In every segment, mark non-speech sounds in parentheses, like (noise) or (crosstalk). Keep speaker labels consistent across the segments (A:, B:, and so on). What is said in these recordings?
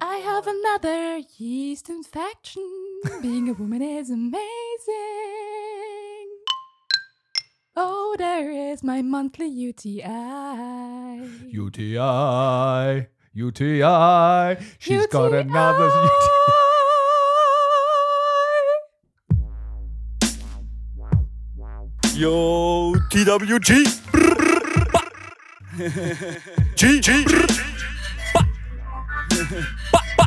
A: I have another yeast infection. Being a woman is amazing. Oh, there is my monthly UTI.
B: UTI, UTI. She's got another UTI.
C: Yo, TWG. Brr, brr, brr, ba. G, G. brr, ba. Ba, ba,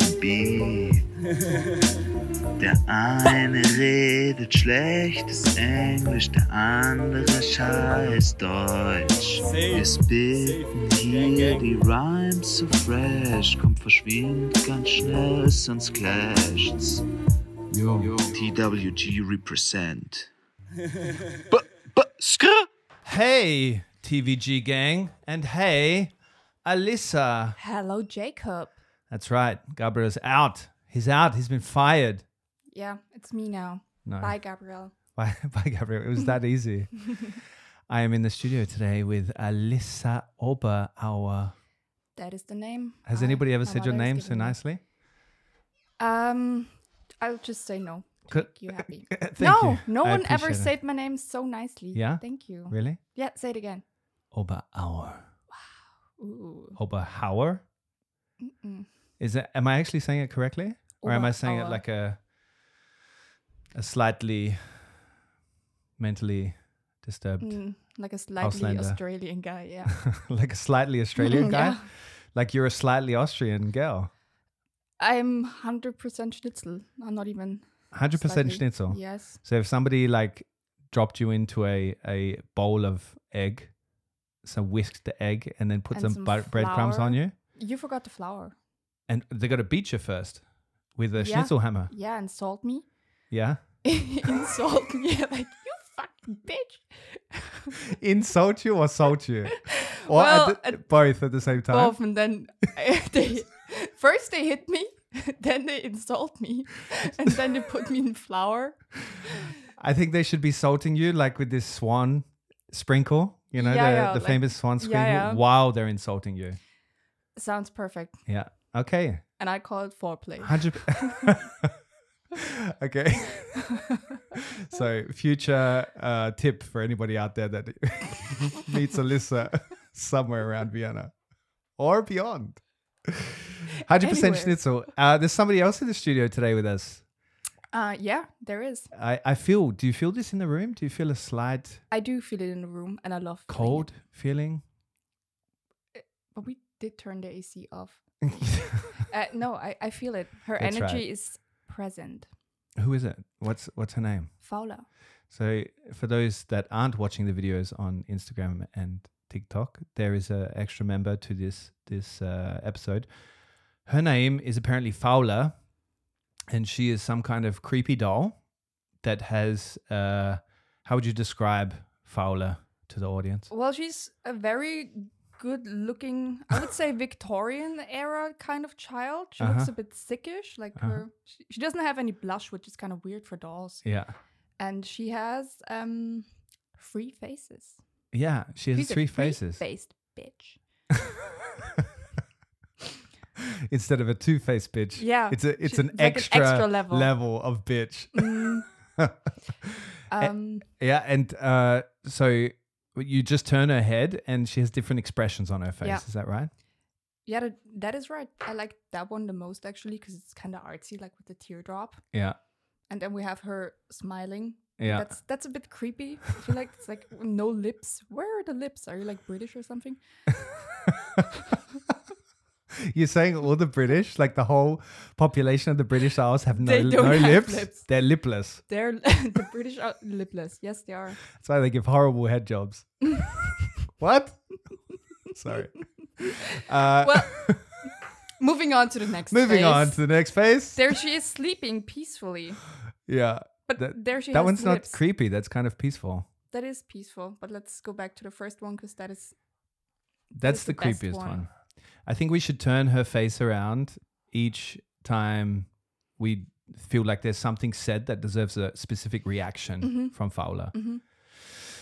D: im Beat. Der eine redet schlechtes Englisch, der andere scheiß Deutsch. Wir spitten hier die Rhymes so fresh, kommt verschwind ganz schnell, sonst clasht's.
B: Yo.
D: TWG represent. B -b -skr
E: Hey, TVG gang, and hey, Alyssa.
A: Hello, Jacob.
E: That's right. Gabriel's out. He's out. He's been fired.
A: Yeah, it's me now.
E: No.
A: Bye, Gabrielle.
E: (laughs) Bye, bye, Gabriel. It was
A: (laughs)
E: that easy. I am in the studio today with Alyssa Ober. Our
A: That is the name.
E: has
A: I-
E: anybody ever
A: my
E: said your
A: mother has
E: name so
A: given me.
E: nicely?
A: Um, I'll just say no. to
E: Could- (laughs)
A: make you happy?
E: Thank
A: no,
E: you.
A: no
E: I
A: one ever
E: appreciate it.
A: said my name so nicely.
E: Yeah?
A: Thank you.
E: Really?
A: Yeah, say it again.
E: Ober Hour.
A: Ooh.
E: Ober Hour.
A: Mm.
E: Is it? Am I actually saying it correctly, or am I saying it
A: Oberauer.
E: like a a slightly mentally disturbed,
A: Mm, like a slightly
E: Auslander.
A: Australian guy,
E: (laughs)
A: yeah.
E: like a slightly
A: (laughs)
E: Australian guy?
A: Mm. Yeah.
E: Like you're a slightly Austrian girl.
A: I'm 100% Schnitzel. I'm not even.
E: Hundred percent
A: slightly-
E: schnitzel.
A: Yes.
E: So if somebody like dropped you into a a bowl of egg, so whisked the egg and then put
A: And
E: some,
A: some
E: bu- breadcrumbs
A: flour.
E: on you,
A: You forgot the flour.
E: and they got to beat you first with
A: Yeah.
E: a schnitzel hammer.
A: Yeah, insult me. (laughs)
E: Yeah,
A: insult me. (laughs) Like, you fucking bitch.
E: (laughs) insult you or
A: (laughs)
E: salt you, or
A: Well, uh,
E: at the- both at the same time.
A: Both. And then (laughs) I- they, first they hit me, (laughs) then they insult me, (laughs) and then they put me
E: (laughs)
A: in flour.
E: I think they should be salting you like with this swan sprinkle, you know,
A: Yeah,
E: the,
A: yeah,
E: the
A: like-
E: famous swan
A: yeah,
E: sprinkle
A: yeah.
E: while they're insulting you.
A: Sounds perfect.
E: Yeah. Okay.
A: And I call it foreplay.
E: 100 (laughs) Okay. (laughs) so, future uh, tip for anybody out there that (laughs) meets Alyssa (laughs) somewhere around Vienna or beyond. 100%
A: Anywhere.
E: schnitzel. Uh, there's somebody else in the studio today with us.
A: Uh, yeah, there is.
E: I, I feel, do you feel this in the room? Do you feel a slight
A: I do feel it in the room, and I love feeling it.
E: cold feeling? (laughs)
A: But we did turn the AC off. Uh, no, I, I feel it. Her
E: That's
A: energy
E: right.
A: is present.
E: Who is it? What's what's her name?
A: Fowler.
E: So for those that aren't watching the videos on Instagram and TikTok, there is a extra member to this this uh, episode. Her name is apparently Fowler, and she is some kind of creepy doll that has. Uh, how would you describe Fowler to the audience?
A: Well, she's a very good looking, I would say Victorian era kind of child. She looks
E: Uh-huh.
A: a bit sickish. Like
E: Uh-huh.
A: her, she, she doesn't have any blush, which is kind of weird for dolls.
E: Yeah,
A: And she has um three faces.
E: yeah. She has
A: She's a
E: three faces
A: Faced bitch.
E: (laughs) instead of a two-faced bitch.
A: Yeah,
E: it's a it's
A: she-
E: an,
A: Oh, like an
E: extra
A: extra level.
E: level of bitch.
A: Mm, um,
E: (laughs) Yeah, and uh, so you just turn her head, and she has different expressions on her face.
A: Yeah.
E: Is that right?
A: yeah, that, that is right. I like that one the most actually because it's kind of artsy, like with the teardrop.
E: Yeah,
A: And then we have her smiling
E: yeah.
A: That's that's a bit creepy. I feel like it's like no lips. Where are the lips? Are you like British or something?
E: (laughs) You're saying all the British, like the whole population of the British
A: (laughs)
E: Isles, have no,
A: They don't
E: no
A: have
E: lips.
A: lips.
E: They're lipless.
A: They're (laughs) the British are lipless. Yes, they are.
E: That's why they give horrible
A: (laughs)
E: head jobs. (laughs) what? Sorry. Uh,
A: Well, Moving on to the next.
E: Moving
A: phase.
E: on to the next phase.
A: There she is sleeping peacefully,
E: yeah.
A: but
E: That-
A: there she.
E: That
A: has
E: one's not
A: lips.
E: creepy. That's kind of peaceful.
A: That is peaceful, but let's go back to the first one because that is
E: That's the,
A: the best
E: creepiest one.
A: one.
E: I think we should turn her face around each time we feel like there's something said that deserves a specific reaction
A: Mm-hmm.
E: from Fowler.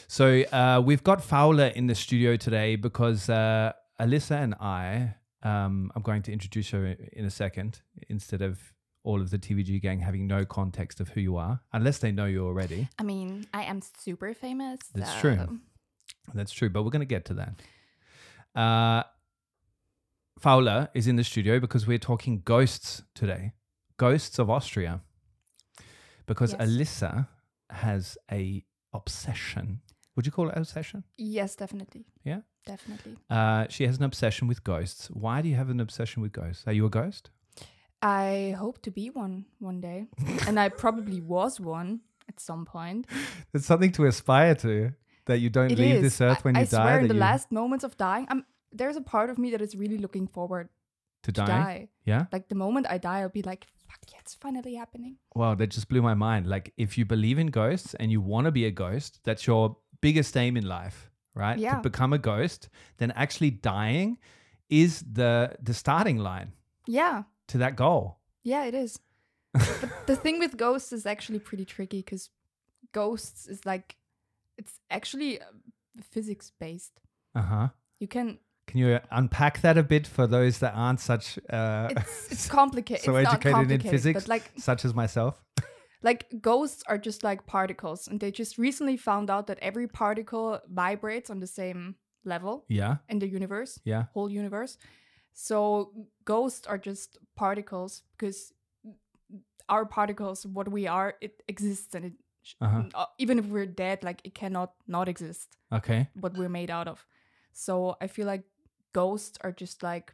E: So uh, we've got Fowler in the studio today because uh, Alyssa and I, um, I'm going to introduce her in a second instead of all of the TVG gang having no context of who you are, unless they know you already.
A: I mean, I am super famous.
E: That's true.
A: so-
E: That's true, but we're going to get to that. Uh, Fowler is in the studio because we're talking ghosts today, ghosts of Austria, because
A: Yes.
E: Alyssa has a obsession. Would you call it obsession?
A: Yes, definitely.
E: Yeah.
A: Definitely.
E: Uh, she has an obsession with ghosts. Why do you have an obsession with ghosts? Are you a ghost?
A: I hope to be one one day,
E: (laughs)
A: and I probably was one at some point.
E: It's something to aspire to. That you don't
A: It is.
E: leave this earth
A: I-
E: when you
A: I
E: die.
A: swear, in
E: that
A: the
E: you-
A: last moments of dying, I'm, there's a part of me that is really looking forward
E: to
A: to
E: die.
A: die.
E: Yeah.
A: Like the moment I die, I'll be like, "Fuck yeah, it's finally happening."
E: Wow, that just blew my mind. Like, if you believe in ghosts and you want to be a ghost, that's your biggest aim in life, right? To
A: Yeah.
E: become a ghost, then actually dying is the the starting line
A: Yeah,
E: to that goal. (laughs)
A: yeah, it is. but the thing with ghosts is actually pretty tricky because ghosts is like, it's actually physics based.
E: Uh huh.
A: You can,
E: Can you unpack that a bit for those that aren't such uh, (laughs)
A: it's it's complicated.
E: so
A: it's not
E: educated in
A: complicated,
E: physics,
A: but like
E: such as myself?
A: like ghosts are just like particles and they just recently found out that every particle vibrates on the same level
E: Yeah,
A: in the universe
E: yeah.
A: whole universe so ghosts are just particles because our particles what we are it exists and it sh-
E: Uh-huh.
A: uh, even if we're dead like it cannot not exist
E: Okay.
A: what we're made out of so i feel like ghosts are just like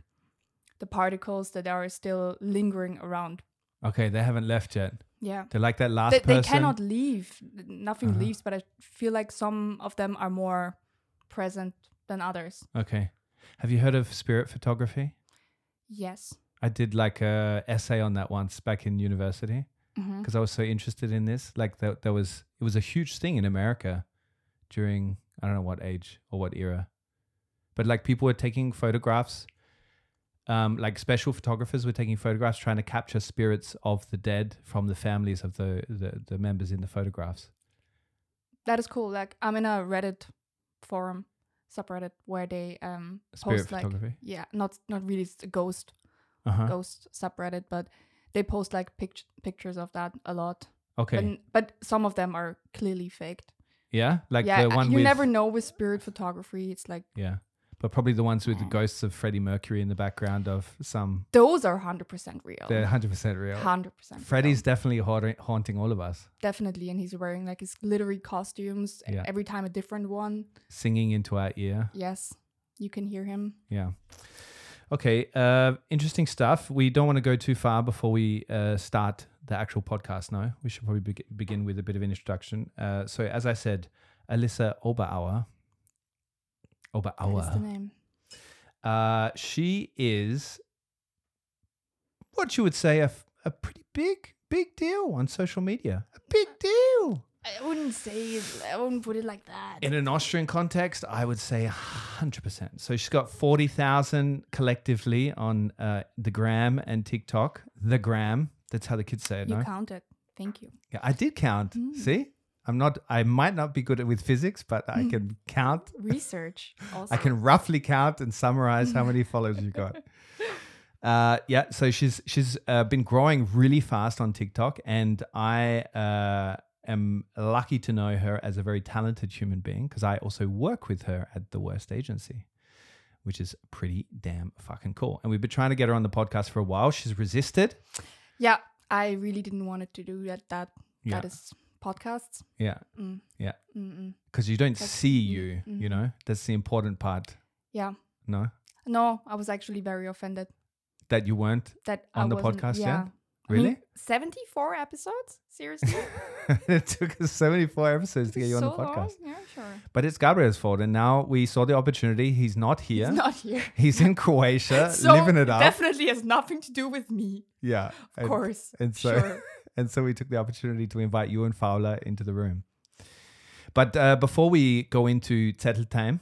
A: the particles that are still lingering around
E: Okay, they haven't left yet.
A: yeah
E: They're like that last
A: they,
E: person.
A: they cannot leave. Nothing
E: Uh-huh.
A: leaves, but I feel like some of them are more present than others.
E: Okay. Have you heard of spirit photography?
A: Yes.
E: I did like a essay on that once back in university.
A: hmm
E: because I was so interested in this. Like there, there was it was a huge thing in America during I don't know what age or what era, but like people were taking photographs. Um, like special photographers were taking photographs, trying to capture spirits of the dead from the families of the the, the members in the photographs.
A: That is cool. Like I'm in a Reddit forum subreddit where they um
E: Spirit
A: post like
E: photography.
A: yeah, not not really s- ghost
E: Uh huh.
A: ghost subreddit, but they post like pict- pictures of that a lot.
E: Okay.
A: And, but some of them are clearly faked.
E: yeah. Like
A: yeah, uh,
E: the one
A: you
E: with
A: never know with spirit photography. It's like
E: yeah, but probably the ones with the
A: Oh.
E: ghosts of Freddie Mercury in the background of some.
A: those are 100% real.
E: They're hundred percent real.
A: 100%. real.
E: Freddie's definitely haunting, haunting all of us,
A: Definitely, and he's wearing like his glittery costumes e-
E: Yeah.
A: every time a different one.
E: singing into our ear.
A: Yes, you can hear him.
E: Yeah. Okay. Uh, interesting stuff. We don't want to go too far before we uh, start the actual podcast. No, we should probably beg begin with a bit of an introduction. Uh, so, as I said, Alyssa Oberauer.
A: That is the
E: Oberauer.
A: name.
E: Uh, she is what you would say a, f- a pretty big, big deal on social media. A big deal.
A: I wouldn't say it, I wouldn't put it like that.
E: In an Austrian context, I would say 100%. So she's got 40,000 collectively on uh, the gram and TikTok. The gram. That's how the kids say it,
A: you
E: no?
A: count it. Thank you.
E: Yeah, I did count.
A: Mm.
E: See? I'm not, I might not be good at, with physics, but
A: Mm.
E: I can count.
A: Research. Also,
E: (laughs) I can roughly count and summarize how many followers
A: (laughs)
E: you got. Uh, yeah, so she's she's uh, been growing really fast on TikTok, and I uh, am lucky to know her as a very talented human being because I also work with her at the Worst Agency, which is pretty damn fucking cool. And we've been trying to get her on the podcast for a while. She's resisted.
A: Yeah, I really didn't want it to do that. That
E: Yeah.
A: that is podcasts.
E: Yeah,
A: Mm.
E: Yeah.
A: Mm-mm.
E: because you don't
A: That's-
E: see
A: mm,
E: you. You know, that's the important part.
A: Yeah.
E: No,
A: No, I was actually very offended
E: that you weren't
A: that I
E: On the
A: wasn't-
E: podcast, yeah?
A: Yeah. I
E: Really?
A: mean, 74 episodes? Seriously?
E: (laughs) it took us 74 episodes to get you on the
A: So long?
E: podcast.
A: Yeah, sure.
E: But it's Gabriel's fault. And now we saw the opportunity. He's not here.
A: It's not here.
E: He's in Croatia,
A: (laughs) so
E: Uh, living it up.
A: definitely has nothing to do with me.
E: yeah.
A: Of
E: and-
A: course.
E: and so-
A: sure.
E: (laughs) and so we took the opportunity to invite you and Fowler into the room. But uh, before we go into Zettel time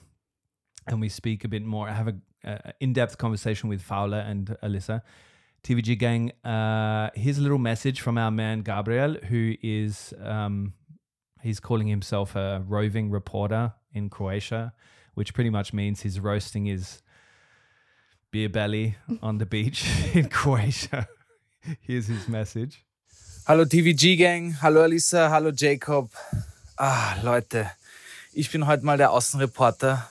E: and we speak a bit more, I have a uh, in-depth conversation with Fowler and Alyssa, TVG gang. Uh, here's a little message from our man Gabriel, who is um, he's calling himself a roving reporter in Croatia, which pretty much means he's roasting his beer belly on the beach (laughs) in Croatia. Here's his message.
F: Hallo TVG Gang, hallo Alisa, hallo Jacob. Ah, Leute, ich bin heute mal der Außenreporter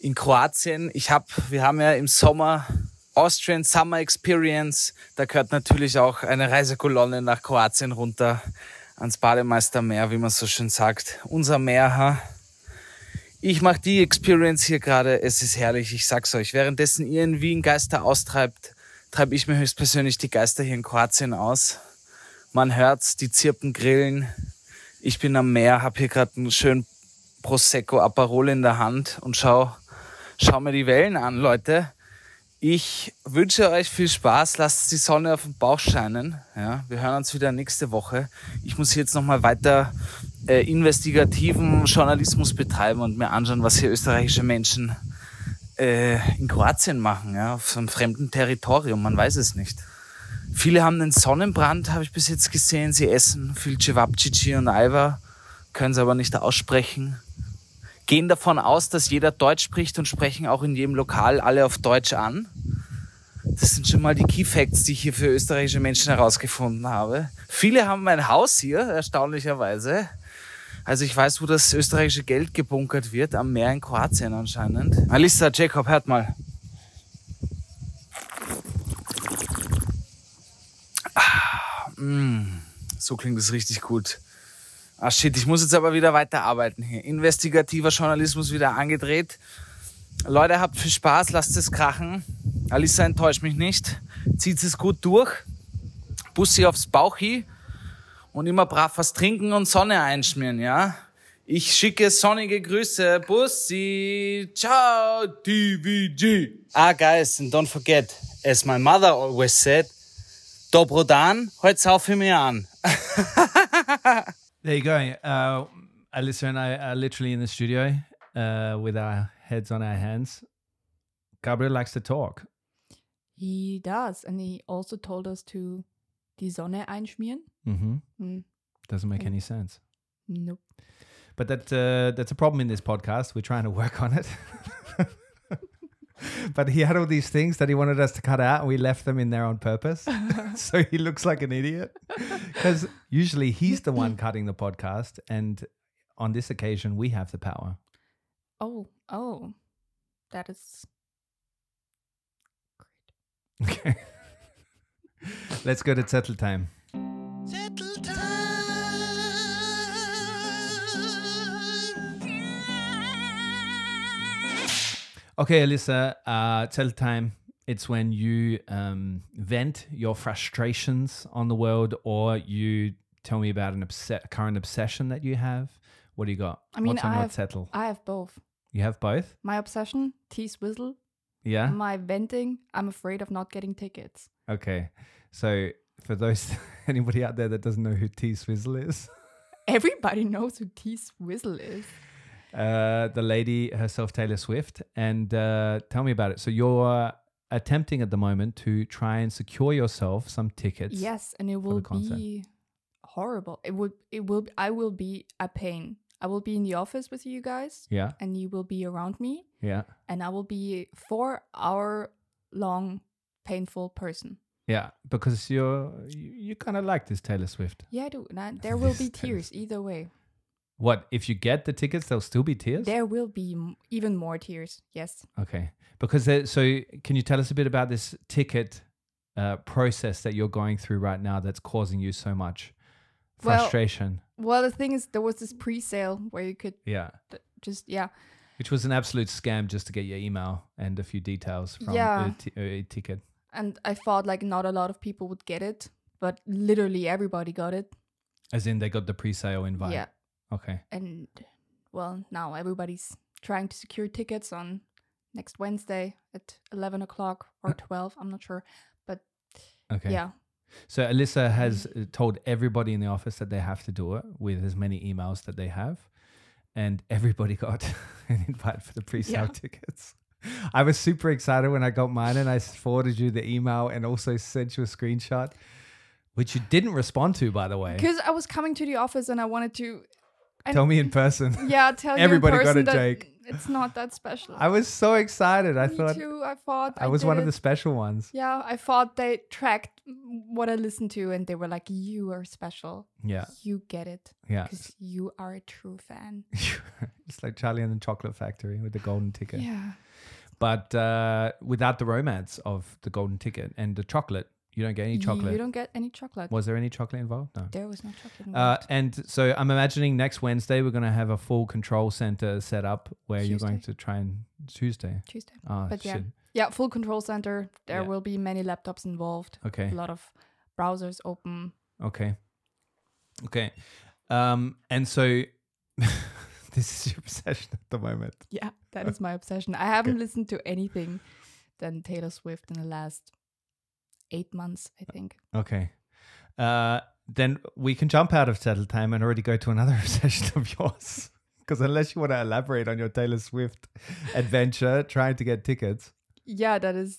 F: in Kroatien. Ich hab, wir haben ja im Sommer Austrian Summer Experience. Da gehört natürlich auch eine Reisekolonne nach Kroatien runter ans Bademeistermeer, wie man so schön sagt. Unser Meer, ha? Ich mache die Experience hier gerade. Es ist herrlich, ich sag's euch. Währenddessen ihr in Wien Geister austreibt, treibe ich mir höchstpersönlich die Geister hier in Kroatien aus. Man hört's, die Zirpen grillen. Ich bin am Meer, hab hier gerade einen schönen Prosecco Aperol in der Hand und schau, schau mir die Wellen an, Leute. Ich wünsche euch viel Spaß, lasst die Sonne auf den Bauch scheinen. Ja, wir hören uns wieder nächste Woche. Ich muss jetzt nochmal weiter äh, investigativen Journalismus betreiben und mir anschauen, was hier österreichische Menschen äh, in Kroatien machen, ja, auf so einem fremden Territorium, man weiß es nicht. Viele haben einen Sonnenbrand, habe ich bis jetzt gesehen. Sie essen viel Cevapcici und Alva, können es aber nicht aussprechen. Gehen davon aus, dass jeder Deutsch spricht und sprechen auch in jedem Lokal alle auf Deutsch an. Das sind schon mal die Key Facts, die ich hier für österreichische Menschen herausgefunden habe. Viele haben ein Haus hier, erstaunlicherweise. Also ich weiß, wo das österreichische Geld gebunkert wird, am Meer in Kroatien anscheinend. Alissa, Jacob, hört mal. So klingt es richtig gut. Ah shit, ich muss jetzt aber wieder weiterarbeiten hier. Investigativer Journalismus wieder angedreht. Leute, habt viel Spaß, lasst es krachen. Alissa enttäuscht mich nicht. Zieht es gut durch. Bussi aufs Bauchi. Und immer brav was trinken und Sonne einschmieren, ja? Ich schicke sonnige Grüße. Bussi. Ciao, TVG. Ah, guys, and don't forget, as my mother always said, Dobro dan, heute sauf ich mir an.
E: There you go. Uh, Alyssa and I are literally in the studio uh, with our heads on our hands. Gabriel likes to talk.
A: He does. And he also told us to die Sonne einschmieren.
E: Mm-hmm.
A: Mm,
E: Doesn't make any sense.
A: nope.
E: But that uh, that's a problem in this podcast. We're trying to work on it. (laughs) but he had all these things that he wanted us to cut out, and we left them in there on purpose. so he looks like an idiot because usually he's the one cutting the podcast, and on this occasion we have the power.
A: Oh, oh. That is
E: Okay. Let's go to settle time. Okay, Alyssa, uh, tell time. It's when you um, vent your frustrations on the world or you tell me about an obse- current obsession that you have. What do you got?
A: I mean,
E: What's on
A: I
E: your
A: have-
E: settle?
A: I have both.
E: You have both?
A: My obsession, T Swizzle.
E: Yeah?
A: My venting, I'm afraid of not getting tickets.
E: Okay. So, for those, (laughs) anybody out there that doesn't know who T Swizzle is, (laughs)
A: Everybody knows who T Swizzle is.
E: uh, the lady herself, Taylor Swift. And uh, tell me about it. So you're attempting at the moment to try and secure yourself some tickets.
A: yes, and it
E: the
A: will
E: concert.
A: be horrible. It would it will I will be a pain. I will be in the office with you guys
E: Yeah.
A: and you will be around me
E: Yeah.
A: and I will be a four hour long painful person.
E: Yeah. Because you're you, you kind of like this Taylor Swift.
A: Yeah, I do. And I-
E: (laughs)
A: there will be
E: This kind of-
A: tears either way.
E: What if you get the tickets? There'll still be tears.
A: There will be m- even more tears. Yes.
E: okay. Because there, so, can you tell us a bit about this ticket uh, process that you're going through right now that's causing you so much
A: Well-
E: frustration?
A: Well, the thing is, there was this pre-sale where you could
E: yeah.
A: th- just yeah,
E: Which was an absolute scam just to get your email and a few details from
A: Yeah.
E: a, t- a ticket.
A: and I thought like not a lot of people would get it, but literally everybody got it.
E: As in, they got the pre-sale invite.
A: Yeah.
E: Okay.
A: And well, now everybody's trying to secure tickets on next Wednesday at 11 o'clock or 12. I'm not sure.
E: Uh, Okay.
A: Yeah.
E: So Alyssa has uh, told everybody in the office that they have to do it with as many emails that they have, and everybody (laughs) got an invite for the pre-sale
A: Yeah.
E: tickets. I was super excited when I got mine, and I s- forwarded you the email and also sent you a screenshot, which you didn't respond to, by the way.
A: Because I was coming to the office and I wanted to, and-
E: Tell me in person. (laughs)
A: yeah, tell
E: Everybody
A: you
E: got
A: in person
E: a
A: that
E: Jake.
A: it's not that special.
E: I was so excited. I
A: Me
E: thought
A: too. I thought
E: I was one of
A: did
E: the
A: it.
E: special ones.
A: Yeah, I thought they tracked what I listened to and they were like, you are special.
E: Yeah,
A: You get it
E: yeah.
A: because you are a true
E: (laughs)
A: fan.
E: it's like Charlie and the Chocolate Factory with the golden ticket.
A: Yeah.
E: But uh, without the romance of the golden ticket and the chocolate, you don't get any chocolate.
A: You don't get any chocolate.
E: Was there any chocolate involved? No.
A: There was no chocolate.
E: Uh,
A: involved.
E: and so I'm imagining next Wednesday we're going to have a full control center set up where you're going to
A: Tuesday.
E: try and Tuesday.
A: Tuesday.
E: Ah,
A: But yeah.
E: shit.
A: Yeah, full control center. There
E: Yeah.
A: will be many laptops involved.
E: Okay.
A: A lot of browsers open.
E: Okay. Okay. Um, and so (laughs) this is your obsession at the moment.
A: Yeah, that
E: (laughs)
A: is my obsession. I haven't listened to anything than Taylor Swift in the last eight months, I think.
E: Okay. Uh, then we can jump out of settle time and already go to another (laughs) obsession of yours. Because unless you want to elaborate on your Taylor Swift adventure trying to get tickets.
A: Yeah, that is.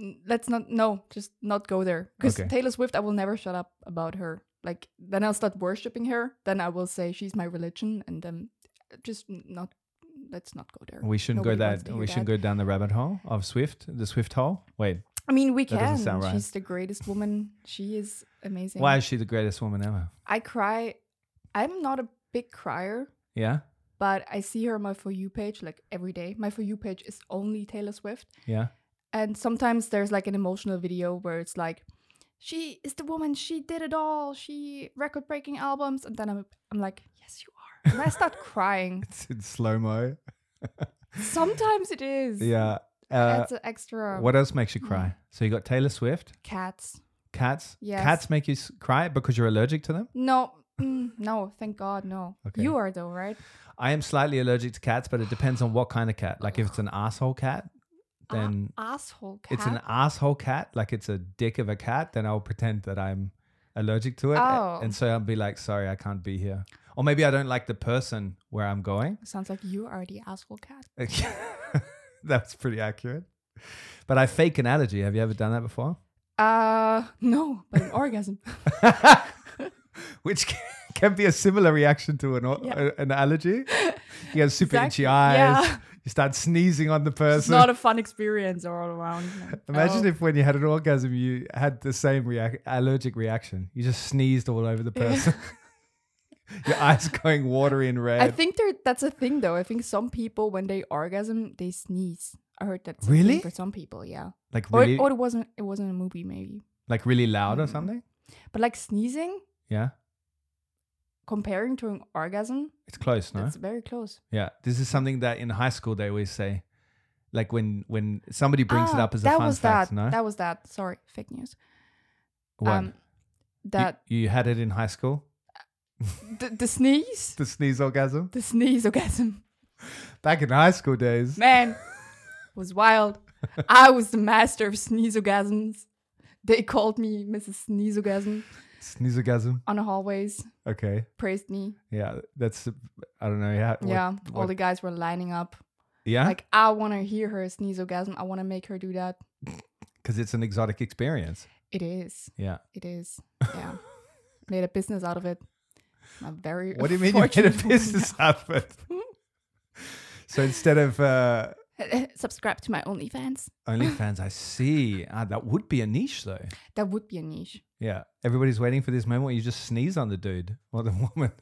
A: n- Let's not. No, just not go there. Because
E: Okay.
A: Taylor Swift, I will never shut up about her. Like then I'll start worshiping her. Then I will say she's my religion, and then uh, just n- not. Let's not go there.
E: We shouldn't
A: Nobody
E: go
A: wants
E: that.
A: to hear
E: We shouldn't
A: that.
E: go down the rabbit hole of Swift, the Swift hole. Wait,
A: I mean, we
E: That
A: can.
E: doesn't sound right.
A: She's the greatest woman. She is amazing.
E: why is she the greatest woman ever?
A: I cry. I'm not a big crier,
E: Yeah,
A: but I see her on my For You page like every day. My For You page is only Taylor Swift.
E: yeah.
A: And sometimes there's like an emotional video where it's like, she is the woman, she did it all, she record breaking albums. And then I'm, I'm like, yes, you are. And I start crying.
E: It's in slow mo.
A: Sometimes it is. (laughs)
E: Yeah. Uh,
A: That's an extra.
E: what else makes you cry? So you got Taylor Swift,
A: Cats.
E: cats.
A: Mm. Yes.
E: Cats make you s- cry because you're allergic to them.
A: No, mm, no, thank God, no.
E: Okay.
A: You are though, right?
E: I am slightly allergic to cats, but it depends on what kind of cat. Like if it's an asshole cat,
A: A-
E: then
A: asshole Uh, cat.
E: it's an asshole cat, like it's a dick of a cat, then I'll pretend that I'm allergic to it. a-
A: Oh.
E: And so I'll be like, sorry, I can't be here. Or maybe I don't like the person where I'm going. (laughs)
A: Sounds like you are the asshole cat.
E: That's pretty accurate. But I fake an allergy. Have you ever done that before?
A: Uh, no,
E: (laughs)
A: but an orgasm.
E: Which (laughs) can- can be a similar reaction to an, o-
A: Yeah.
E: an allergy. You have super
A: Exactly.
E: itchy eyes.
A: Yeah.
E: You start sneezing on the
A: It's
E: person.
A: not a fun experience all around.
E: Imagine
A: Oh,
E: if when you had an orgasm, you had the same reac- allergic reaction. You just sneezed all over the person. (laughs) Your eyes going watery and red.
A: I think there that's a thing though. I think some people when they orgasm they sneeze. I heard that's a thing
E: Really?
A: for some people, yeah.
E: like
A: Or,
E: really,
A: or it wasn't it wasn't a movie maybe,
E: like really loud or
A: Mm.
E: something.
A: but like sneezing
E: Yeah,
A: comparing to an orgasm,
E: it's close, no?
A: that's very close.
E: yeah, this is something that in high school they always say. Like when when somebody brings it
A: Ah,
E: up as a
A: that
E: fun
A: was
E: fact,
A: that.
E: no?
A: That was that. Sorry, fake news.
E: What?
A: um,
E: You-
A: That
E: you, had it in high school,
A: the, the sneeze,
E: the sneeze orgasm.
A: the sneeze orgasm,
E: Back in high school days,
A: man, was wild. I was the master of sneeze orgasms. They called me Mrs. Sneeze orgasm
E: sneeze orgasm.
A: on the hallways,
E: Okay,
A: praised me.
E: yeah, that's I don't know. Yeah, what-
A: yeah, all
E: what-
A: the guys were lining up.
E: yeah,
A: Like, I want to hear her sneeze orgasm. I want to make her do that.
E: because it's an exotic experience.
A: It is. (laughs)
E: Yeah.
A: It is. Yeah.
E: (laughs)
A: made a business out of it. I'm very.
E: What do you mean you made a
A: fortunate woman. (laughs)
E: business out of it? So instead of uh,
A: (laughs) Subscribe to my OnlyFans.
E: OnlyFans, I see. Ah, that would be a niche, though.
A: That would be a niche.
E: Yeah, everybody's waiting for this moment. where You just sneeze on the dude or the (laughs) woman.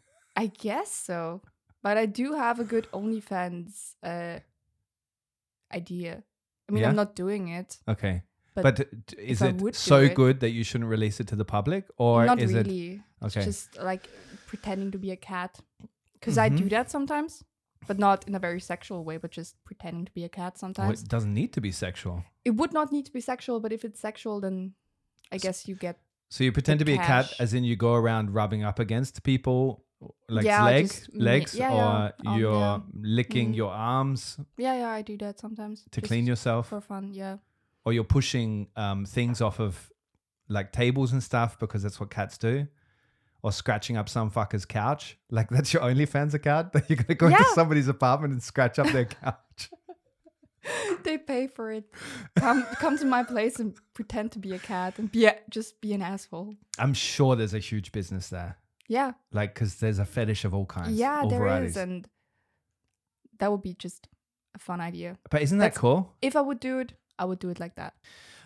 A: I guess so. But I do have a good OnlyFans uh, idea. I mean,
E: Yeah?
A: I'm not doing it.
E: Okay,
A: But
E: but, d- is
A: I
E: it
A: would do
E: so
A: it-
E: good that you shouldn't release it to the public, or
A: not
E: is it
A: really. It's
E: okay?
A: just like pretending to be a cat. Because I do
E: Mhm.
A: that sometimes, but not in a very sexual way, but just pretending to be a cat
E: Well,
A: sometimes.
E: it doesn't need to be sexual.
A: it would not need to be sexual, but if it's sexual, then I guess you get
E: So you pretend to be a cat,
A: cash.
E: as in you go around rubbing up against people, like
A: Yeah,
E: leg,
A: just me-
E: legs,
A: yeah, yeah,
E: or
A: um,
E: you're
A: yeah.
E: licking
A: Mhm.
E: your arms
A: Yeah, yeah, I do that sometimes.
E: to
A: just
E: clean yourself,
A: for fun. Yeah. (laughs)
E: or you're pushing um, things off of like tables and stuff because that's what cats do, or scratching up some fucker's couch. (laughs) Like that's your OnlyFans account (laughs) that you're gonna go into
A: Yeah.
E: somebody's apartment and scratch up their (laughs) couch.
A: they pay for it. Come, come to my place and pretend to be a cat and be a, just be an asshole.
E: I'm sure there's a huge business there.
A: Yeah,
E: Like, because there's a fetish of all kinds.
A: yeah,
E: all
A: there is,
E: varieties.
A: and that would be just a fun idea.
E: But isn't that
A: that's-
E: cool?
A: If I would do it, I would do it like that.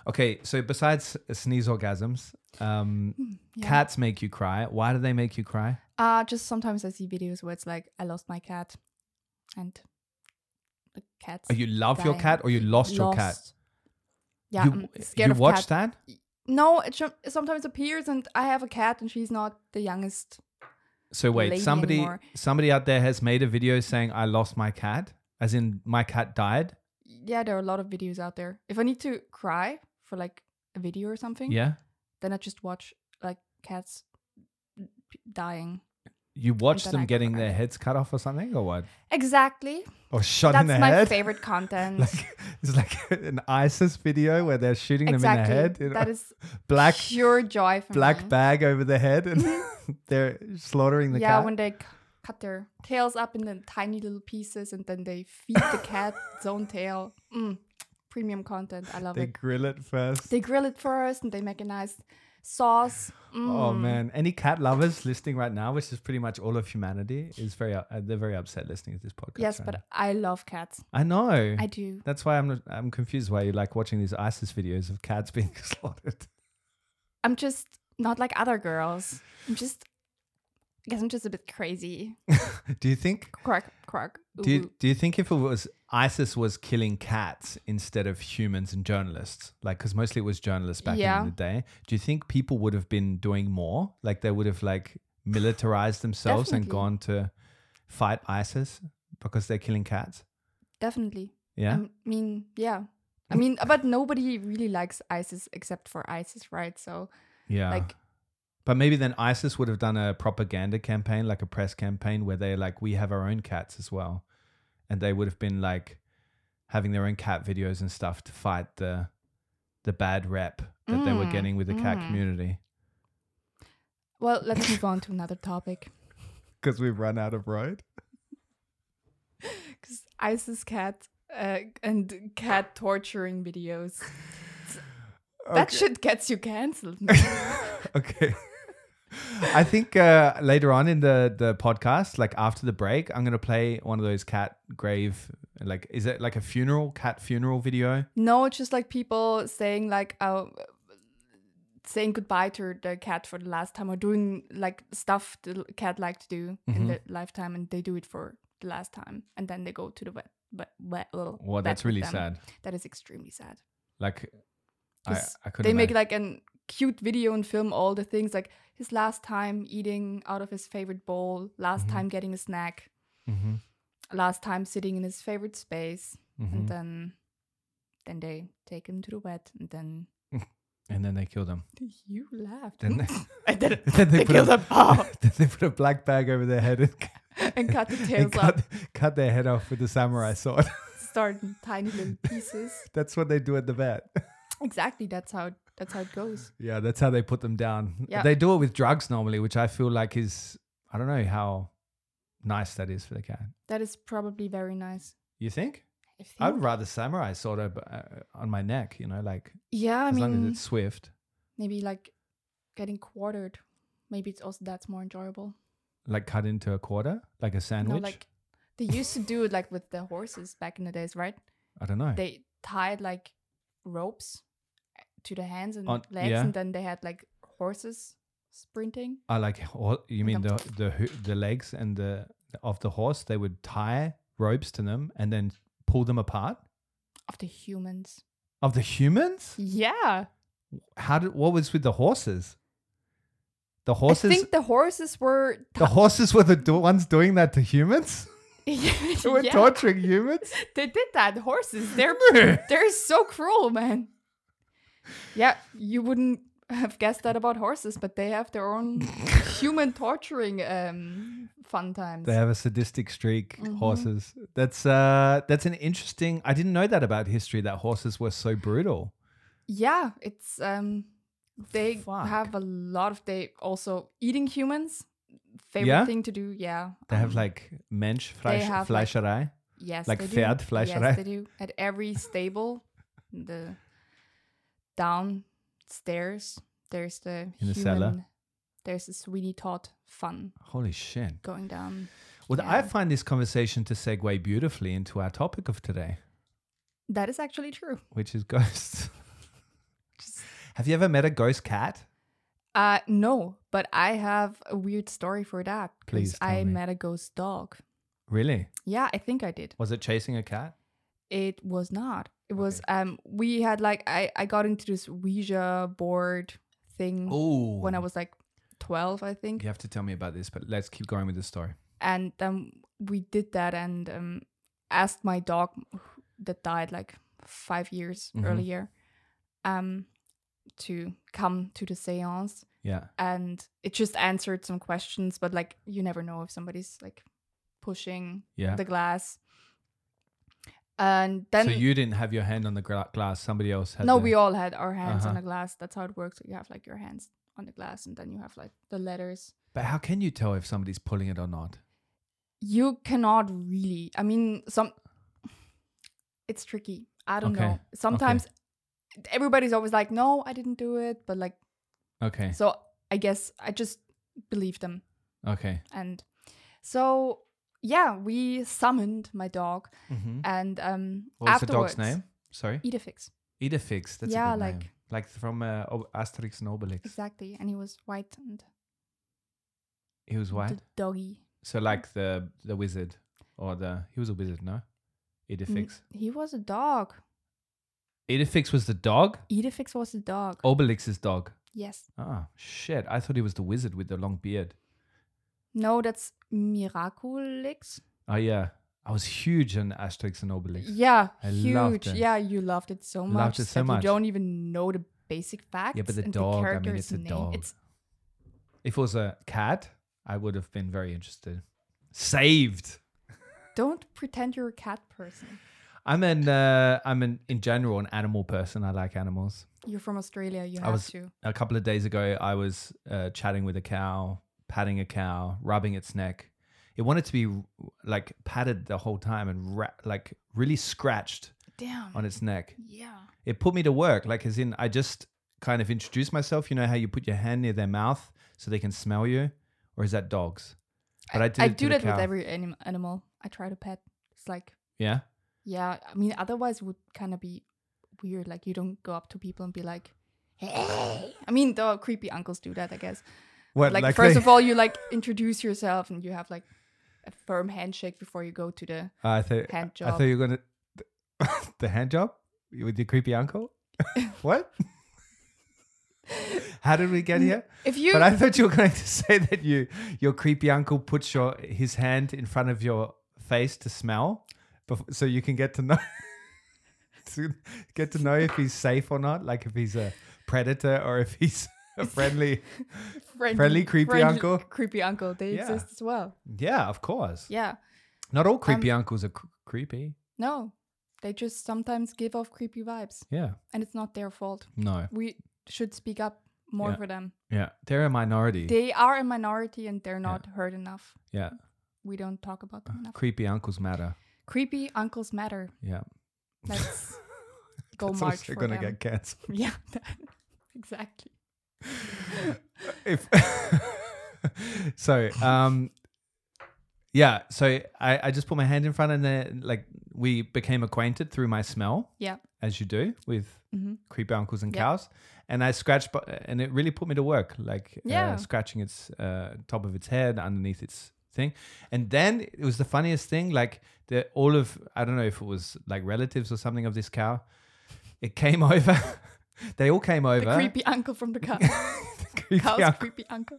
E: Okay, so besides sneeze orgasms, um,
A: Hmm, Yeah.
E: cats make you cry. Why do they make you cry?
A: Uh, just sometimes I see videos where it's like I lost my cat, and the cats.
E: Or Oh, you love your
A: Dying.
E: cat, or you lost, your cat.
A: lost. Yeah,
E: you,
A: I'm scared
E: you
A: of cats.
E: watch that.
A: No, it ju- it sometimes appears, and I have a cat, and she's not the youngest.
E: So wait,
A: lady
E: somebody
A: anymore.
E: somebody out there has made a video saying I lost my cat, as in my cat died.
A: Yeah, there are a lot of videos out there. If I need to cry for like a video or something,
E: Yeah,
A: then I just watch like cats p- dying.
E: you watch
A: then
E: them
A: I
E: getting
A: cry.
E: their heads cut off or something, or what?
A: Exactly.
E: Or shot in
A: That's
E: the
A: my
E: head.
A: favorite content.
E: (laughs) Like, it's like (laughs) an ISIS video where they're shooting them in
A: exactly.
E: the head. you know,
A: That is
E: black
A: pure joy for
E: black
A: me.
E: bag over the head, and (laughs) they're slaughtering the
A: yeah,
E: cat.
A: when they c- cut their tails up in the tiny little pieces and then they feed the cat its own tail. Mm, premium content. I love
E: they
A: it.
E: grill it first.
A: They grill it first and they make a nice sauce.
E: Oh
A: Mm.
E: man, any cat lovers listening right now, which is pretty much all of humanity, is very uh, they're very upset listening to this podcast.
A: Yes,
E: right
A: but
E: now.
A: I love cats.
E: I know.
A: I do.
E: That's why I'm I'm confused why you like watching these ISIS videos of cats (laughs) being slaughtered.
A: I'm just not like other girls. I'm just, I guess I'm just a bit crazy.
E: Do you think
A: Quack, quack.
E: do
A: ooh.
E: you, do you think if it was ISIS was killing cats instead of humans and journalists, like because mostly it was journalists back
A: Yeah.
E: in the day, do you think people would have been doing more? Like they would have like militarized themselves and
A: Definitely.
E: gone to fight ISIS because they're killing cats?
A: Definitely.
E: Yeah.
A: I mean, yeah. I mean, but nobody really likes ISIS except for ISIS, right? So,
E: Yeah.
A: Like-
E: but maybe then ISIS would have done a propaganda campaign, like a press campaign, where they're like, we have our own cats as well. And they would have been like having their own cat videos and stuff to fight the the bad rep that they were
A: Mm,
E: getting with the cat
A: mm.
E: community.
A: well, let's move on to another topic.
E: Because we've run out of (laughs) road.
A: Because ISIS cat uh, and
E: (laughs)
A: cat torturing videos. That shit gets you
E: (laughs)
A: cancelled. man.
E: Okay. I think uh, later on in the the podcast, like after the break, I'm gonna play one of those cat grave, like is it like a funeral cat funeral video?
A: no, it's just like people saying like, uh, saying goodbye to their cat for the last time or doing like stuff the l- cat like to do in
E: Mhm.
A: their lifetime and they do it for the last time and then they go to the vet. But, but,
E: Well, that's really sad.
A: That is extremely sad.
E: Like, I,
A: 'Cause
E: I couldn't.
A: they make
E: imagine-
A: like an cute video and film all the things like his last time eating out of his favorite bowl, last
E: Mhm.
A: time getting a snack,
E: Mhm,
A: last time sitting in his favorite space,
E: mhm.
A: and uh, then then they take him to the vet, and then (laughs)
E: and then they kill them.
A: you laughed.
E: Then they,
A: (laughs)
E: (laughs)
A: and then,
E: then
A: they,
E: put
A: killed
E: a,
A: him oh,
E: (laughs) then they put a black bag over their
A: (laughs)
E: head and,
A: and cut the
E: (laughs) and
A: tails up,
E: cut, cut their head off with a samurai sword. (laughs)
A: start in tiny little pieces.
E: that's what they do at the vet. (laughs)
A: exactly, that's how that's how it goes.
E: Yeah, that's how they put them down.
A: Yeah.
E: They do it with drugs normally, which I feel like is I don't know how nice that is for the cat.
A: That is probably very nice.
E: You think?
A: I think.
E: I'd rather samurai sword ob- uh, on my neck. You know, like
A: yeah, I
E: as long
A: mean,
E: as it's swift.
A: maybe like getting quartered. Maybe it's also that's more enjoyable.
E: Like cut into a quarter, like a sandwich.
A: No, like they used to do it like with the horses back in the days, right?
E: I don't know.
A: They tied like ropes eh, to the hands and
E: On-
A: legs,
E: yeah.
A: and then they had like horses sprinting.
E: I like ho- you mean the
A: Dum-
E: the hoo- the legs and the of the horse they would tie ropes to them and then pull them apart
A: Of the humans.
E: of the humans
A: Yeah.
E: how did what was with the horses the horses
A: I think the horses were. (laughs)
E: the horses were the do- ones doing that to humans they were
A: yeah,
E: torturing
A: (laughs)
E: humans (laughs)
A: They did that. Horses. They're they're so cruel, man. Yeah, you wouldn't have guessed that about horses, but they have their
E: (laughs)
A: own human torturing um, fun times.
E: They have a sadistic streak.
A: Mm-hmm.
E: Horses. That's uh, that's an interesting. I didn't know that about history. That horses were so brutal.
A: Yeah, it's um they
E: Fuck.
A: have a lot of they also eating humans. Favorite
E: Yeah?
A: thing to do, yeah.
E: They have
A: um,
E: like Mensch, Fleisch,
A: have, like-
E: Fleischerei.
A: yes,
E: like
A: they do.
E: Pferd, Fleischerei.
A: Yes, they do. At every stable, the downstairs, there's the
E: In the
A: human,
E: cellar.
A: There's the Sweeney Todd fun
E: Holy shit.
A: going down.
E: Well, I
A: Yeah.
E: find this conversation to segue beautifully into our topic of today,
A: That is actually true.
E: which is ghosts. (laughs) Have you ever met a ghost cat?
A: Uh no, but I have a weird story for that. 'cause
E: Please tell
A: I
E: me.
A: met a ghost dog.
E: Really?
A: Yeah, I think I did.
E: Was it chasing a cat?
A: It was not. It was um we had like I I got into this Ouija board thing
E: Oh.
A: when I was like 12, I think.
E: You have to tell me about this, but let's keep going with the story.
A: And um we did that and um asked my dog who- that died like 5 years
E: Mhm.
A: earlier um to come to the séance
E: Yeah.
A: and it just answered some questions but like you never know if somebody's like pushing
E: Yeah.
A: the glass. And then
E: so you didn't have your hand on the gra- glass. Somebody else had.
A: no
E: the-
A: we all had our hands on
E: Uh-huh.
A: the glass that's how it works you have like your hands on the glass and then you have like the letters
E: But how can you tell if somebody's pulling it or not?
A: you cannot really i mean some it's tricky i don't
E: Okay,
A: know
E: okay.
A: sometimes everybody's always like no i didn't do it but like
E: Okay.
A: so i guess i just believe them
E: Okay.
A: and so yeah we summoned my dog
E: Mm-hmm.
A: and um
E: What was the
A: afterwards
E: dog's name? Sorry.
A: Idafix.
E: Idafix. That's
A: Yeah,
E: a good
A: like-
E: name. Like from uh, O- Asterix and Obelix.
A: exactly and he was white and
E: He was white.
A: the doggy
E: So like the the wizard or the he was a wizard, no? Idafix.
A: Mm, he was a dog
E: Idafix was the dog.
A: Idafix was a dog
E: Oh. Obelix's dog.
A: yes
E: Ah, shit! I thought he was the wizard with the long beard.
A: No, that's Miraculix.
E: Oh yeah, I was huge on Asterix and Obelix.
A: Yeah,
E: I loved
A: huge.
E: it.
A: Yeah, you loved it so
E: Loved
A: much.
E: it so
A: that
E: much.
A: You don't even know the basic facts.
E: Yeah, but the
A: and
E: dog. I mean,
A: character's
E: it's a
A: name.
E: dog.
A: It's
E: If it was a cat, I would have been very interested. Saved.
A: don't pretend you're a cat person.
E: I'm an uh, I'm an in general an animal person. I like animals.
A: You're from Australia. You
E: I
A: have
E: was-
A: to.
E: a couple of days ago, I was uh, chatting with a cow, patting a cow, rubbing its neck. It wanted to be like patted the whole time and ra- like really scratched
A: Damn.
E: on its neck.
A: yeah.
E: It put me to work, like as in I just kind of introduced myself. You know how you put your hand near their mouth so they can smell you, or is that dogs? But I, did
A: I
E: it to
A: do
E: the
A: that with
E: cow.
A: every anim- animal I try to pet. It's like,
E: yeah.
A: yeah. I mean, otherwise it would kind of be weird. Like you don't go up to people and be like, hey. I mean, the creepy uncles do that, I guess.
E: What
A: like, first of all you like introduce yourself and you have like a firm handshake before you go to the
E: I thought
A: hand
E: I
A: job
E: thought you were gonna (laughs) the hand job with your
A: (laughs)
E: creepy uncle. what? How did we get here?
A: if you
E: But I thought you were going to (laughs) say that you your creepy uncle puts your his hand in front of your face to smell, bef- so you can get to know (laughs) to get to know if he's safe or not, like if he's a predator or if he's (laughs) a
A: (laughs)
E: friendly.
A: friendly,
E: friendly creepy uncle?
A: creepy uncle they
E: Yeah.
A: exist as well
E: Yeah, of course.
A: yeah Um,
E: Not all creepy uncles are cr- creepy.
A: no they just sometimes give off creepy vibes
E: Yeah.
A: and it's not their fault
E: No.
A: we should speak up more
E: Yeah.
A: for them
E: Yeah. They're a minority.
A: they are a minority and they're not heard enough
E: yeah.
A: we don't talk about
E: Ah,
A: them enough
E: Creepy uncles matter.
A: creepy uncles matter
E: Yeah. (laughs)
A: let's go
E: That's
A: march
E: also
A: for
E: going to
A: them
E: get cancelled.
A: (laughs) yeah exactly
E: if (laughs) so um yeah so I, I just put my hand in front and then like we became acquainted through my smell
A: yeah
E: as you do with
A: Mhm.
E: creepy uncles and
A: Yeah.
E: cows and i scratched bu- and it really put me to work like
A: Yeah.
E: uh, scratching its uh, top of its head underneath its thing and then it was the funniest thing like the all of i don't know if it was like relatives or something of this cow it came (laughs) over they all came over
A: the creepy uncle from
E: (laughs)
A: the car
E: The creepy
A: Cow's
E: uncle.
A: creepy uncle.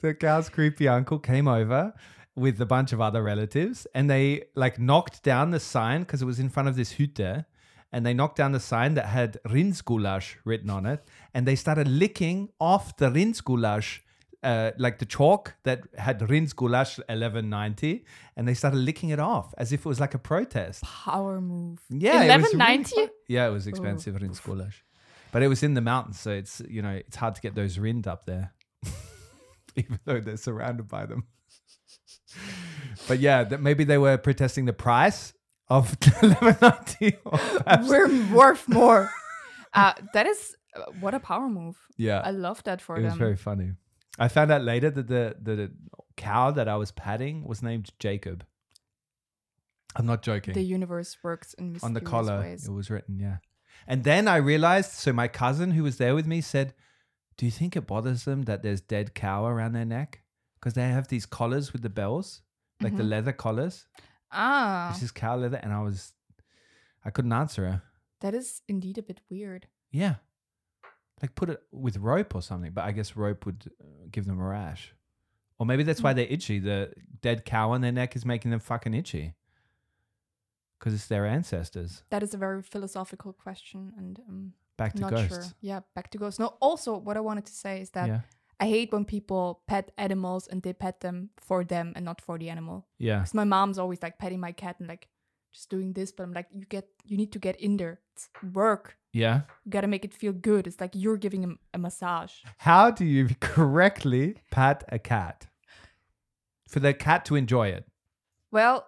E: the cow's creepy uncle came over with a bunch of other relatives and they like knocked down the sign because it was in front of this hütte and they knocked down the sign that had Rindsgulasch written on it, and they started licking off the Rindsgulasch. Uh, like the chalk that had Rindsgulasch 1190, and they started licking it off as if it was like a protest.
A: Power move.
E: Yeah, it was really
A: 1190?
E: fu- yeah, it was
A: Oh.
E: expensive in Skolash, but it was in the mountains, so it's you know it's hard to get those rind up there, (laughs) even though they're surrounded by them. (laughs) but yeah, that maybe they were protesting the price of (laughs) Lebanon
A: (laughs) We're worth
E: (laughs)
A: more. uh, that is uh, what a power move.
E: Yeah,
A: I love that for
E: it was
A: them.
E: very funny. I found out later that the the cow that I was patting was named Jacob. I'm not joking.
A: the universe works in mysterious
E: on the collar
A: ways.
E: it was written yeah and then i realized so my cousin who was there with me said do you think it bothers them that there's dead cow around their neck because they have these collars with the bells like
A: Mm-hmm.
E: the leather collars
A: Ah,
E: this is cow leather and i was i couldn't answer her
A: that is indeed a bit weird.
E: yeah like put it with rope or something but i guess rope would uh, give them a rash or maybe that's
A: Mm.
E: why they're itchy the dead cow on their neck is making them fucking itchy because it's their ancestors
A: That is a very philosophical question, and um,
E: back to
A: not
E: ghosts
A: sure. Yeah, back to ghosts. No, also what I wanted to say is that
E: yeah
A: I hate when people pet animals and they pet them for them and not for the animal.
E: yeah
A: Because my mom's always like petting my cat and like just doing this, but I'm like, you get, you need to get in there. It's work.
E: yeah
A: You gotta make it feel good. It's like you're giving him a massage.
E: How do you (laughs) correctly pat a cat? For the cat to enjoy it.
A: Well,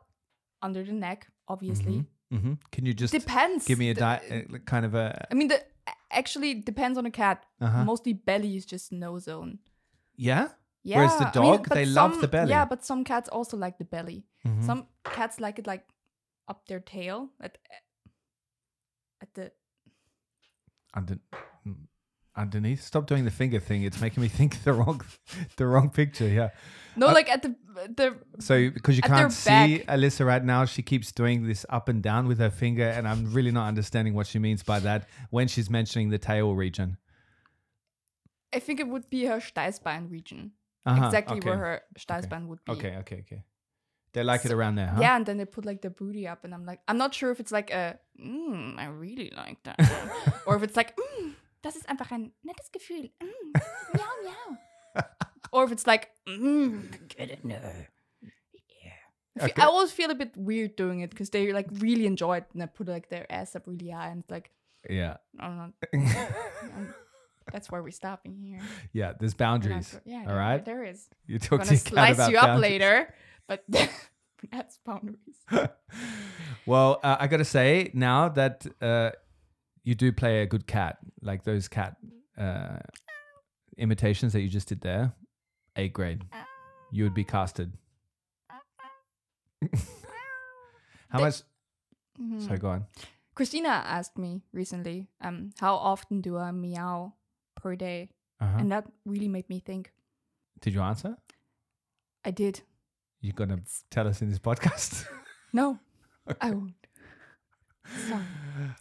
A: under the neck, obviously.
E: hmm Can you just
A: Depends.
E: give me a
A: The-
E: di- uh, kind of a
A: I mean, the actually depends on the cat.
E: Uh-huh.
A: Mostly belly is just no zone.
E: yeah?
A: Yeah.
E: Whereas the
A: I mean,
E: dog,
A: but
E: they love
A: some-
E: the belly. Mm-hmm.
A: Yeah, but some cats also like the belly. Some cats like it like up their tail at at the
E: Under- mm, underneath. Stop doing the finger thing. It's making me (laughs) think the wrong, the wrong picture. Yeah.
A: no
E: Uh,
A: like at the the
E: So because you
A: At their
E: can't see
A: back.
E: Alyssa right now, she keeps doing this up and down with her finger, and I'm really not understanding what she means by that when she's mentioning the tail region.
A: I think it would be her Steißbein region.
E: Uh-huh,
A: exactly
E: okay.
A: where her Steißbein would be.
E: Okay. Okay. Okay. They like it around there. Huh?
A: Yeah, and then they put like the booty up, and I'm like, I'm not sure if it's like a, mm, I really like that,
E: (laughs)
A: one," or if it's like, mm, das ist einfach ein nettes Gefühl, mm, miau miau,
E: (laughs)
A: or if it's like, mm, good it no. Yeah. I fe-
E: Okay.
A: I always feel a bit weird doing it because they like really enjoy it and they put like their ass up really high and it's like
E: Yeah.
A: I'm
E: (laughs)
A: not. I'm- that's where we're stopping here.
E: Yeah, there's
A: We're not
E: boundaries.
A: go- yeah,
E: all right.
A: there is.
E: (laughs) You
A: I'm
E: talk to
A: gonna
E: your cat
A: slice
E: about
A: you up
E: boundaries.
A: later, but (laughs) that's boundaries.
E: (laughs) Well, uh, I gotta say now that uh, you do play a good cat, like those cat uh, imitations that you just did there, A grade. You would be casted. (laughs) How
A: The-
E: much?
A: Mhm.
E: Sorry, go on.
A: Christina asked me recently, um, how often do I meow per day?
E: Uh-huh.
A: And that really made me think.
E: Did you answer?
A: I did.
E: You're gonna tell us in this podcast. (laughs)
A: No, (laughs) I won't. Sorry.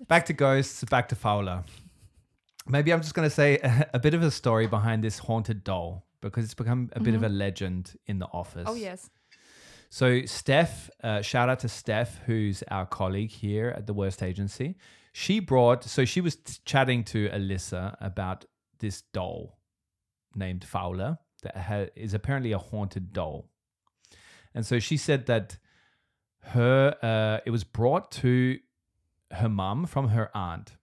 E: back to ghosts, back to Fowler. Maybe I'm just going to say (laughs) a, bit of a story behind this haunted doll because it's become a bit of a legend in the office.
A: Oh, yes.
E: So, Steph, uh, shout out to Steph, who's our colleague here at the Worst Agency. She brought, so she was t- chatting to Alyssa about this doll named Fowler that ha- is apparently a haunted doll. And so she said that her, uh, it was brought to her mum from her aunt,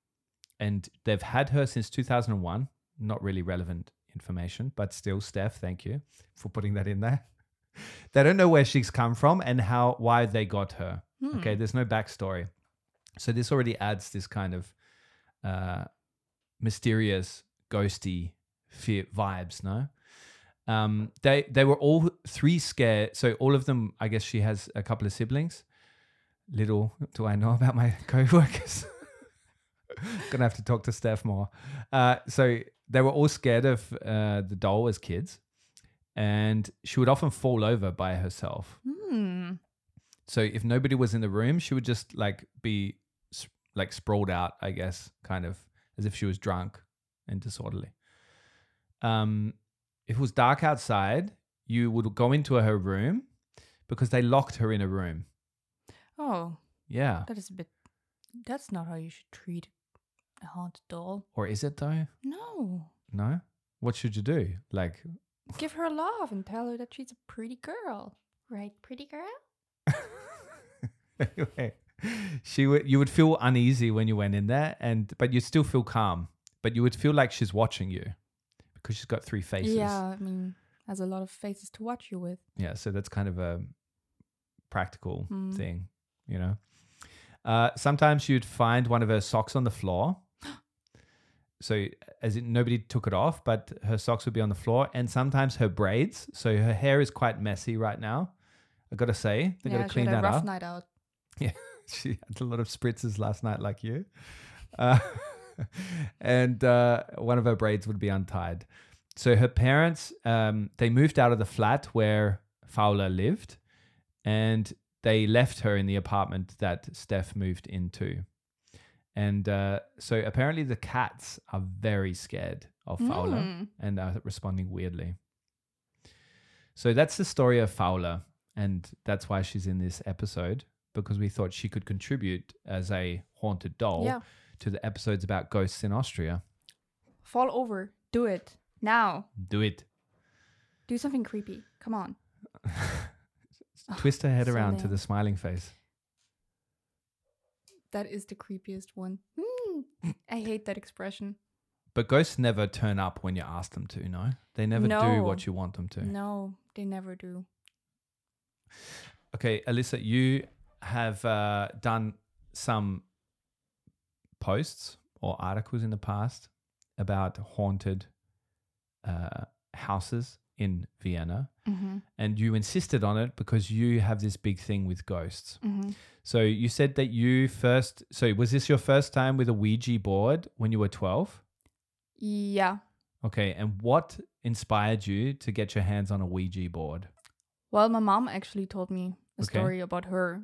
E: and they've had her since 2001. Not really relevant information, but still, Steph, thank you for putting that in there. They don't know where she's come from and how why they got her. Okay, there's no backstory, so this already adds this kind of uh, mysterious, ghosty fear vibes. No, um, they they were all three scared. So all of them, I guess she has a couple of siblings. Little do I know about my (laughs) coworkers. Gonna have to talk to Steph more. Uh, so they were all scared of uh, the doll as kids, and she would often fall over by herself.
A: Hmm.
E: So if nobody was in the room, she would just like be s- like sprawled out, I guess, kind of as if she was drunk and disorderly. Um, if it was dark outside, you would go into her room because they locked her in a room.
A: Oh,
E: Yeah.
A: that is a bit That's not how you should treat a haunted doll.
E: Or is it though?
A: No.
E: No. What should you do? Like,
A: Give her love and tell her that she's a pretty girl. Right, pretty girl?
E: (laughs) anyway, she would. You would feel uneasy when you went in there, and but you'd still feel calm. But you would feel like she's watching you because she's got three faces.
A: Yeah, I mean, has a lot of faces to watch you with.
E: yeah so that's kind of a practical
A: Mm.
E: thing you know uh, sometimes you'd find one of her socks on the
A: (gasps)
E: floor so as in nobody took it off but her socks would be on the floor and sometimes her braids so her hair is quite messy right now i gotta say they
A: yeah,
E: gotta
A: she
E: clean
A: had
E: that
A: a rough
E: up
A: night out.
E: (laughs) she had a lot of spritzes last night like you uh, (laughs) and uh, one of her braids would be untied so her parents um, they moved out of the flat where fowler lived and they left her in the apartment that steph moved into and uh, so apparently the cats are very scared of fowler
A: Mm.
E: and are responding weirdly so that's the story of fowler and that's why she's in this episode because we thought she could contribute as a haunted doll
A: Yeah.
E: to the episodes about ghosts in austria
A: Fall over. Do it. Now.
E: do it
A: Do something creepy. Come on.
E: twist her head
A: Oh, so
E: around to
A: lame.
E: the smiling face.
A: That is the creepiest one. Mm. I hate that expression.
E: But ghosts never turn up when you ask them to, no? They never do
A: No.
E: what you want them to.
A: No, they never do.
E: Okay, Alyssa, you have uh, done some posts or articles in the past about haunted uh, houses in Vienna.
A: Mm-hmm.
E: And you insisted on it because you have this big thing with ghosts.
A: Mm-hmm.
E: So you said that you first, so was this your first time with a Ouija board when you were 12?
A: Yeah.
E: Okay, and what inspired you to get your hands on a Ouija board?
A: Well, my mom actually told me a
E: Okay.
A: story about her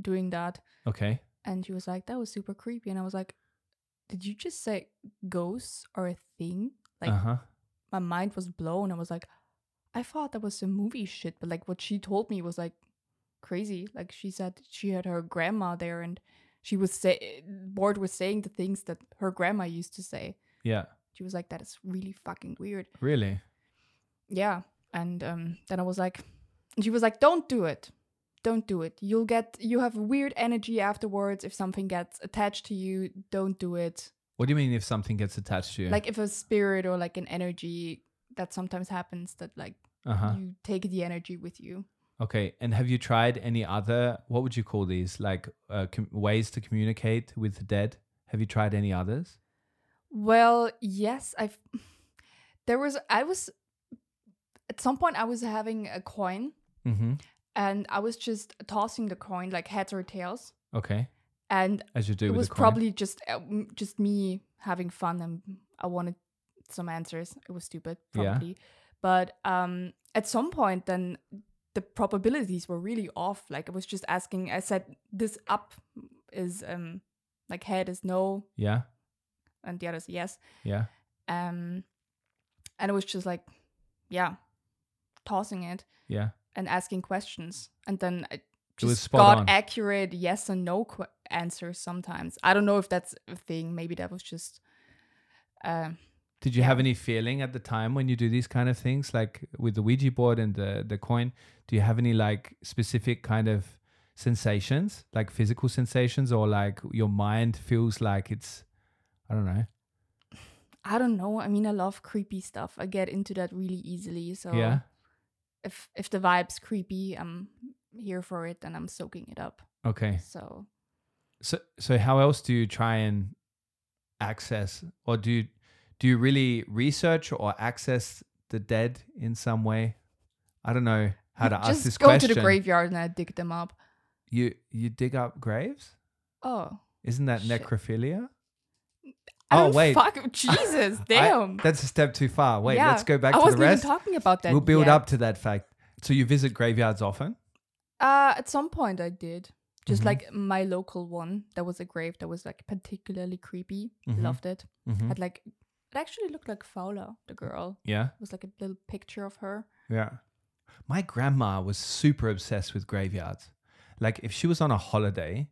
A: doing that.
E: Okay,
A: And she was like, that was super creepy. And I was like, did you just say ghosts are a thing? Like,
E: uh huh.
A: my mind was blown. I was like, I thought that was some movie shit, but like what she told me was like crazy. Like she said she had her grandma there and she was say bored with saying the things that her grandma used to say.
E: Yeah,
A: She was like, that is really fucking weird.
E: really?
A: Yeah. And um, then I was like, and she was like, don't do it. Don't do it. You'll get, you have weird energy afterwards if something gets attached to you. Don't do it.
E: What do you mean if something gets attached to you?
A: Like if a spirit or like an energy that sometimes happens that like
E: uh huh.
A: you take the energy with you.
E: Okay, and have you tried any other, what would you call these? Like uh, com- ways to communicate with the dead? Have you tried any others?
A: Well, yes, I've. There was I was at some point I was having a coin
E: Mm hmm.
A: and I was just tossing the coin like heads or tails,
E: Okay,
A: and
E: as you do
A: it
E: with
A: was
E: the coin.
A: probably just uh, m- just me having fun and I wanted some answers. It was stupid,
E: Yeah.
A: probably, but um, at some point then the probabilities were really off. Like I was just asking. I said this up is um like head is no
E: Yeah,
A: and the other is yes.
E: yeah.
A: um and it was just like yeah tossing it
E: Yeah.
A: and asking questions and then i
E: It was
A: just
E: spot
A: got
E: on.
A: accurate yes and no qu- answers sometimes i don't know if that's a thing maybe that was just um
E: Did you have any feeling at the time when you do these kind of things, like with the Ouija board and the the coin? Do you have any like specific kind of sensations, like physical sensations, or like your mind feels like it's, I don't know.
A: i don't know i mean i love creepy stuff i get into that really easily so
E: Yeah.
A: if if the vibe's creepy i'm here for it and i'm soaking it up
E: Okay.
A: so
E: So so how else do you try and access, or do you, do you really research or access the dead in some way? I don't know how to ask
A: just
E: this
A: go
E: question.
A: to the graveyard and i dig them up
E: You you dig up graves?
A: oh
E: Isn't that
A: Shit.
E: necrophilia?
A: I
E: Oh,
A: don't
E: wait. (laughs)
A: fuck jesus
E: I-
A: damn
E: that's a step too far. Wait,
A: Yeah.
E: let's go back
A: I
E: to the
A: wasn't
E: rest.
A: even talking about that.
E: we'll build
A: yet.
E: up to that fact. So you visit graveyards often?
A: Uh, at some point, I did. Just
E: Mhm.
A: like my local one, there was a grave that was like particularly creepy.
E: Mhm.
A: Loved it.
E: Mm-hmm.
A: Had like it actually looked like Fowler, the girl.
E: Yeah,
A: It was like a little picture of her.
E: yeah. My grandma was super obsessed with graveyards. Like if she was on a holiday,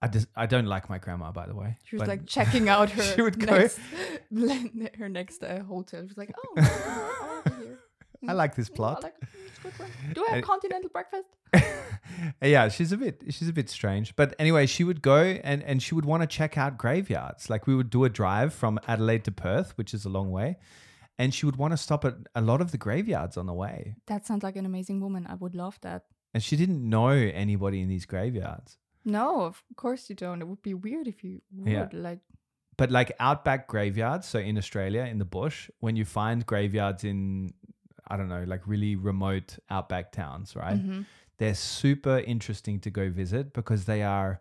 E: I just I don't like my grandma, by the way.
A: She was
E: but-
A: like checking out her
E: (laughs) She would go-
A: next, (laughs) her next uh, hotel. She was like, oh, I
E: (laughs)
A: wanna be here. (laughs)
E: I like this
A: Mm, I
E: plot.
A: like- mm, it's good one. Do I
E: And-
A: have continental breakfast?
E: Uh, yeah, she's a bit she's a bit strange. But anyway, she would go and and she would want to check out graveyards. Like we would do a drive from Adelaide to Perth, which is a long way, and she would want to stop at a lot of the graveyards on the way.
A: That sounds like an amazing woman. I would love that.
E: And she didn't know anybody in these graveyards.
A: No, of course you don't. It would be weird if you would.
E: Yeah.
A: Like,
E: But like outback graveyards, so in Australia in the bush, when you find graveyards in I don't know, like really remote outback towns, right?
A: mhm.
E: They're super interesting to go visit because they are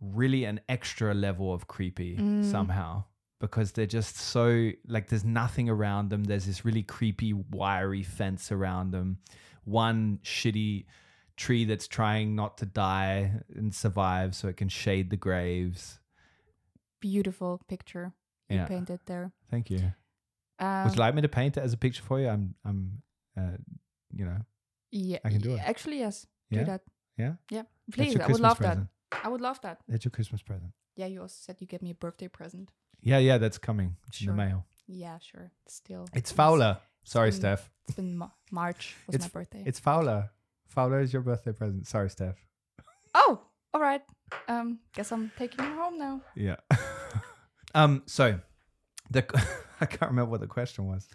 E: really an extra level of creepy
A: Mm.
E: somehow because they're just so like there's nothing around them. There's this really creepy wiry fence around them. One shitty tree that's trying not to die and survive so it can shade the graves.
A: beautiful picture you
E: Yeah.
A: painted there.
E: Thank you.
A: Um,
E: Would you like me to paint it as a picture for you? I'm I'm uh, you know,
A: yeah,
E: I can do
A: y-
E: it.
A: Actually, yes. Do
E: Yeah?
A: that.
E: Yeah?
A: Yeah.
E: that's
A: Please,
E: your
A: I would
E: Christmas
A: love
E: present.
A: that. I would love that.
E: That's your Christmas present.
A: Yeah, you also said you get me a birthday present.
E: Yeah, yeah, that's coming It's in
A: Sure.
E: the mail.
A: Yeah, sure. Still.
E: It's Fowler. Sorry,
A: Mm.
E: Steph.
A: It's been Ma- March was my birthday.
E: It's Fowler. Fowler is your birthday present. Sorry, Steph.
A: oh, all right. Um, guess I'm taking him home now.
E: Yeah. (laughs) um. So, the (laughs) I can't remember what the question was.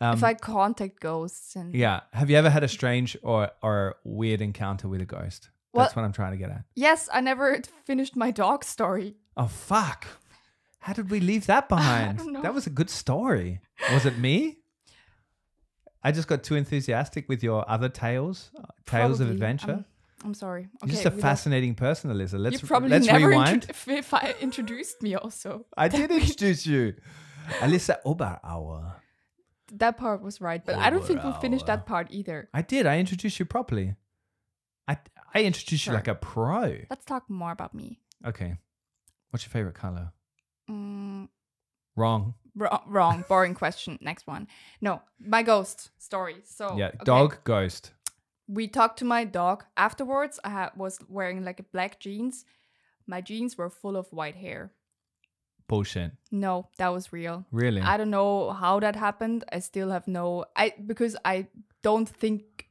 E: Um,
A: if I contact ghosts and
E: yeah. Have you ever had a strange or or weird encounter with a ghost?
A: Well-
E: that's what I'm trying to get at.
A: yes, I never finished my dog story.
E: Oh fuck! How did we leave
A: (laughs)
E: that behind?
A: don't know.
E: That was a good story. Was it me? I just got too enthusiastic with your other tales, uh, tales of
A: Probably.
E: adventure.
A: I'm, I'm sorry. Okay,
E: You're just a
A: we lost-
E: fascinating person, Alyssa. Let's
A: you probably
E: let's
A: never
E: rewind.
A: introdu- if I introduced me also. (laughs)
E: I did introduce you, Alyssa Oberauer.
A: That part was right, but I don't think we finished
E: Overall.
A: that part either.
E: I did. I introduced you properly. I I introduced
A: Sure.
E: you like a pro.
A: Let's talk more about me.
E: Okay. What's your favorite color?
A: Mm,
E: Wrong.
A: wrong, wrong. boring question. Next one. No, my ghost story. So
E: yeah.
A: Oh, okay.
E: Dog ghost.
A: we talked to my dog afterwards i ha- was wearing like a black jeans my jeans were full of white hair
E: Bullshit.
A: no that was real
E: Really?
A: i don't know how that happened i still have no i because i don't think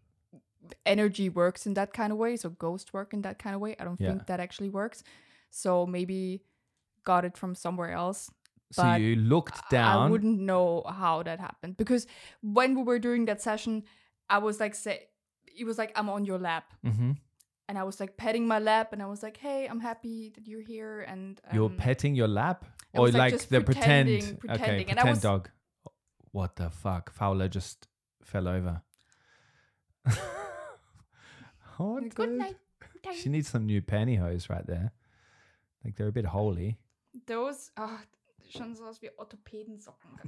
A: energy works in that kind of way so ghost work in that kind of way i don't
E: Yeah.
A: think that actually works so maybe got it from somewhere else
E: so
A: but
E: you looked
A: I
E: down.
A: wouldn't know how that happened because when we were doing that session, I was like, say, it was like, I'm on your lap.
E: Mm-hmm.
A: And I was like petting my lap and I was like, hey, I'm happy that you're here. And
E: You're
A: um,
E: petting your lap,
A: I
E: or
A: was, like,
E: like,
A: just
E: the pretend,
A: pretending-
E: okay,
A: pretending. And I
E: pretend
A: was-
E: dog. What the fuck? Fowler just fell over. (laughs) Haunted.
A: Good night. darling."
E: Oh, She needs some new pantyhose right there. Like they're a bit holy.
A: Those, ah, schon so was wie
E: (laughs)
A: Orthopädensocken.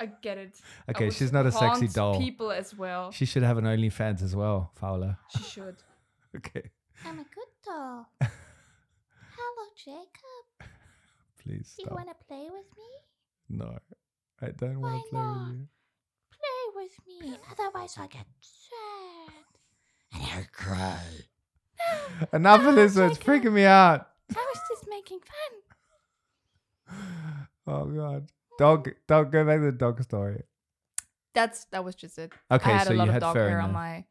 A: I get it. I
E: Okay,
A: would
E: she's not a sexy
A: haunt
E: doll.
A: people as well. She,
E: She should have an OnlyFans as well, Fowler. (laughs)
A: should.
E: Okay,
G: I'm a good (laughs) doll. Hello, Jacob.
E: please
G: Do you
E: stop.
G: want to play with me?
E: No, I don't
G: Why
E: want to play
G: not?
E: with you.
G: Play with me, otherwise I'll get sad. And I'll cry.
E: Enough,
A: (laughs)
E: Alyssa. It's
G: Jacob.
E: freaking me out.
G: I was just making fun.
E: Oh god. Dog, dog, go back to the dog story.
A: That's, that was just it.
E: Okay,
A: I had
E: so
A: a lot
E: you
A: of
E: had
A: dog
E: fair
A: hair
E: enough.
A: on my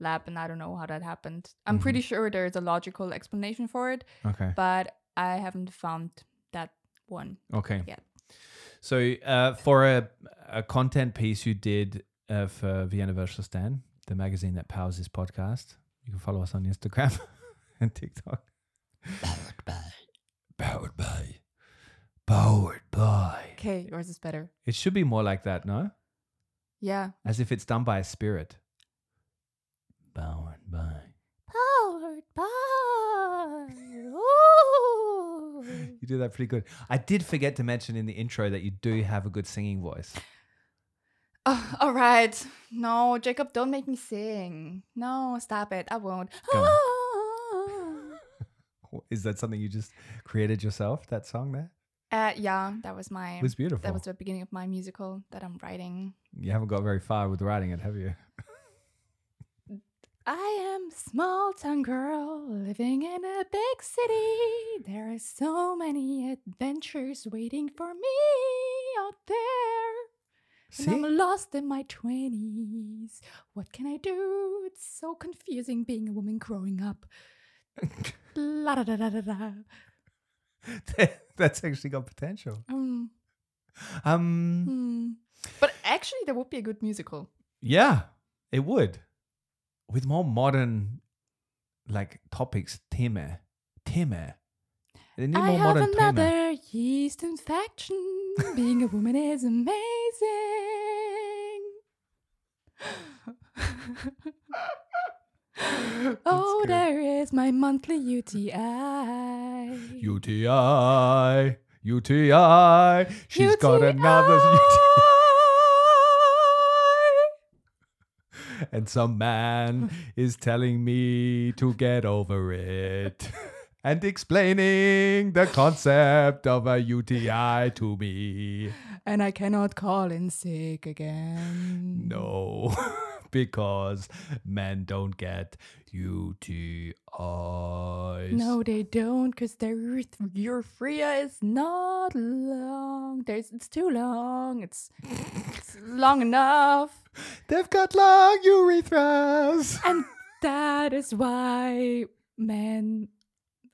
A: lap and I don't know how that happened. I'm
E: Mhm.
A: pretty sure there's a logical explanation for it.
E: Okay.
A: but I haven't found that one.
E: Okay.
A: yet.
E: So uh, for a, a content piece you did uh, for The Universal Stand, the magazine that powers this podcast, you can follow us on Instagram (laughs) and TikTok. Powered by. Powered by. Powered by.
A: Okay, yours is better.
E: It should be more like that, no?
A: Yeah.
E: As if it's done by a spirit. Powered by.
G: Powered by. Ooh.
E: You do that pretty good. I did forget to mention in the intro that you do have a good singing voice.
A: (laughs) Oh, all right. No, Jacob, don't make me sing. No, stop it. I won't.
E: Go on. Is that something you just created yourself? That song there
A: (laughs) Uh, yeah, that was my.
E: it was beautiful.
A: that was the beginning of my musical that I'm writing.
E: You haven't got very far with writing it, have you?
A: I am a small town girl living in a big city. There are so many adventures waiting for me out there. And
E: See? (laughs)
A: I'm lost in my 20s. What can I do? It's so confusing being a woman growing up. La da da da da da.
E: That's actually got potential.
A: Um,
E: Um,
A: hmm. But actually, there would be a good musical.
E: yeah, it would. With more modern, like topics, Theme, Theme. They need
A: I
E: more
A: have
E: modern Theme. eh?
A: another yeast infection. being a woman is
E: (laughs)
A: amazing. oh,
E: good.
A: there is my monthly UTI.
B: UTI, UTI. She's got
E: (laughs)
B: another UTI.
E: and some man is telling me to get over it (laughs) and explaining the concept of a UTI to me.
A: (laughs) And I cannot call in sick again.
E: No, (laughs) because men don't get UTIs.
A: No, they don't, because their ureth- urethria is not long. There's, it's too long. It's, it's long enough.
E: They've got long urethras.
A: And that is why men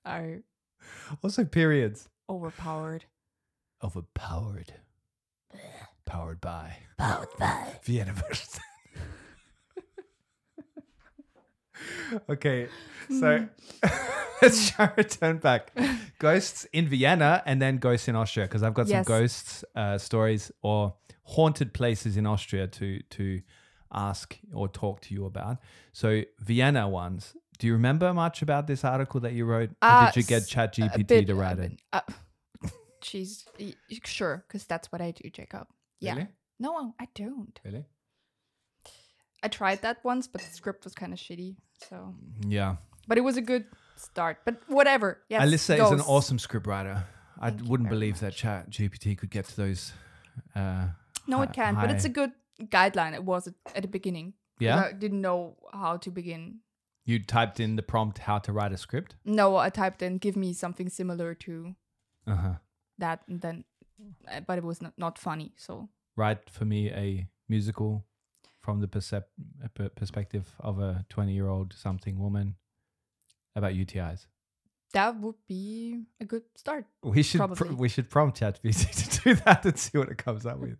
A: are
E: Also, periods.
A: overpowered.
E: Overpowered. Powered by.
G: Both of
E: Vienna version. (laughs) okay, so
A: Mm.
E: (laughs) let's try our turn back. Ghosts in Vienna and then ghosts in Austria because I've got
A: Yes.
E: some ghosts uh, stories or haunted places in Austria to to ask or talk to you about. So Vienna ones. Do you remember much about this article that you wrote?
A: Uh,
E: or did you get
A: s- A
E: ChatGPT
A: bit,
E: to
A: uh,
E: write it?
A: uh, Jeez. y- y- Sure, because that's what I do, Jacob. Yeah.
E: Really?
A: No, I don't.
E: Really?
A: I tried that once,
E: Mm.
A: but the script was kind of shitty. So,
E: Yeah.
A: but it was a good start. But whatever. Yes.
E: Alyssa is an
A: ghosts.
E: awesome scriptwriter. I
A: Thank you
E: wouldn't
A: very
E: believe that Chat GPT could get to those. Uh,
A: No, it
E: hi-
A: can, but it's
E: hi-
A: a good guideline. It was at, at the beginning. 'cause
E: Yeah?
A: I didn't know how to begin.
E: you typed in the prompt how to write a script.
A: No, I typed in give me something similar to
E: Uh huh.
A: that, and then, uh, but it was not, not funny. So
E: Write for me a musical from the percep- uh, per- perspective of a twenty-year-old something woman about UTIs.
A: that would be a good start.
E: We should pr-
A: Probably.
E: we should prompt Chat GPT (laughs) to do that and see what it comes up with.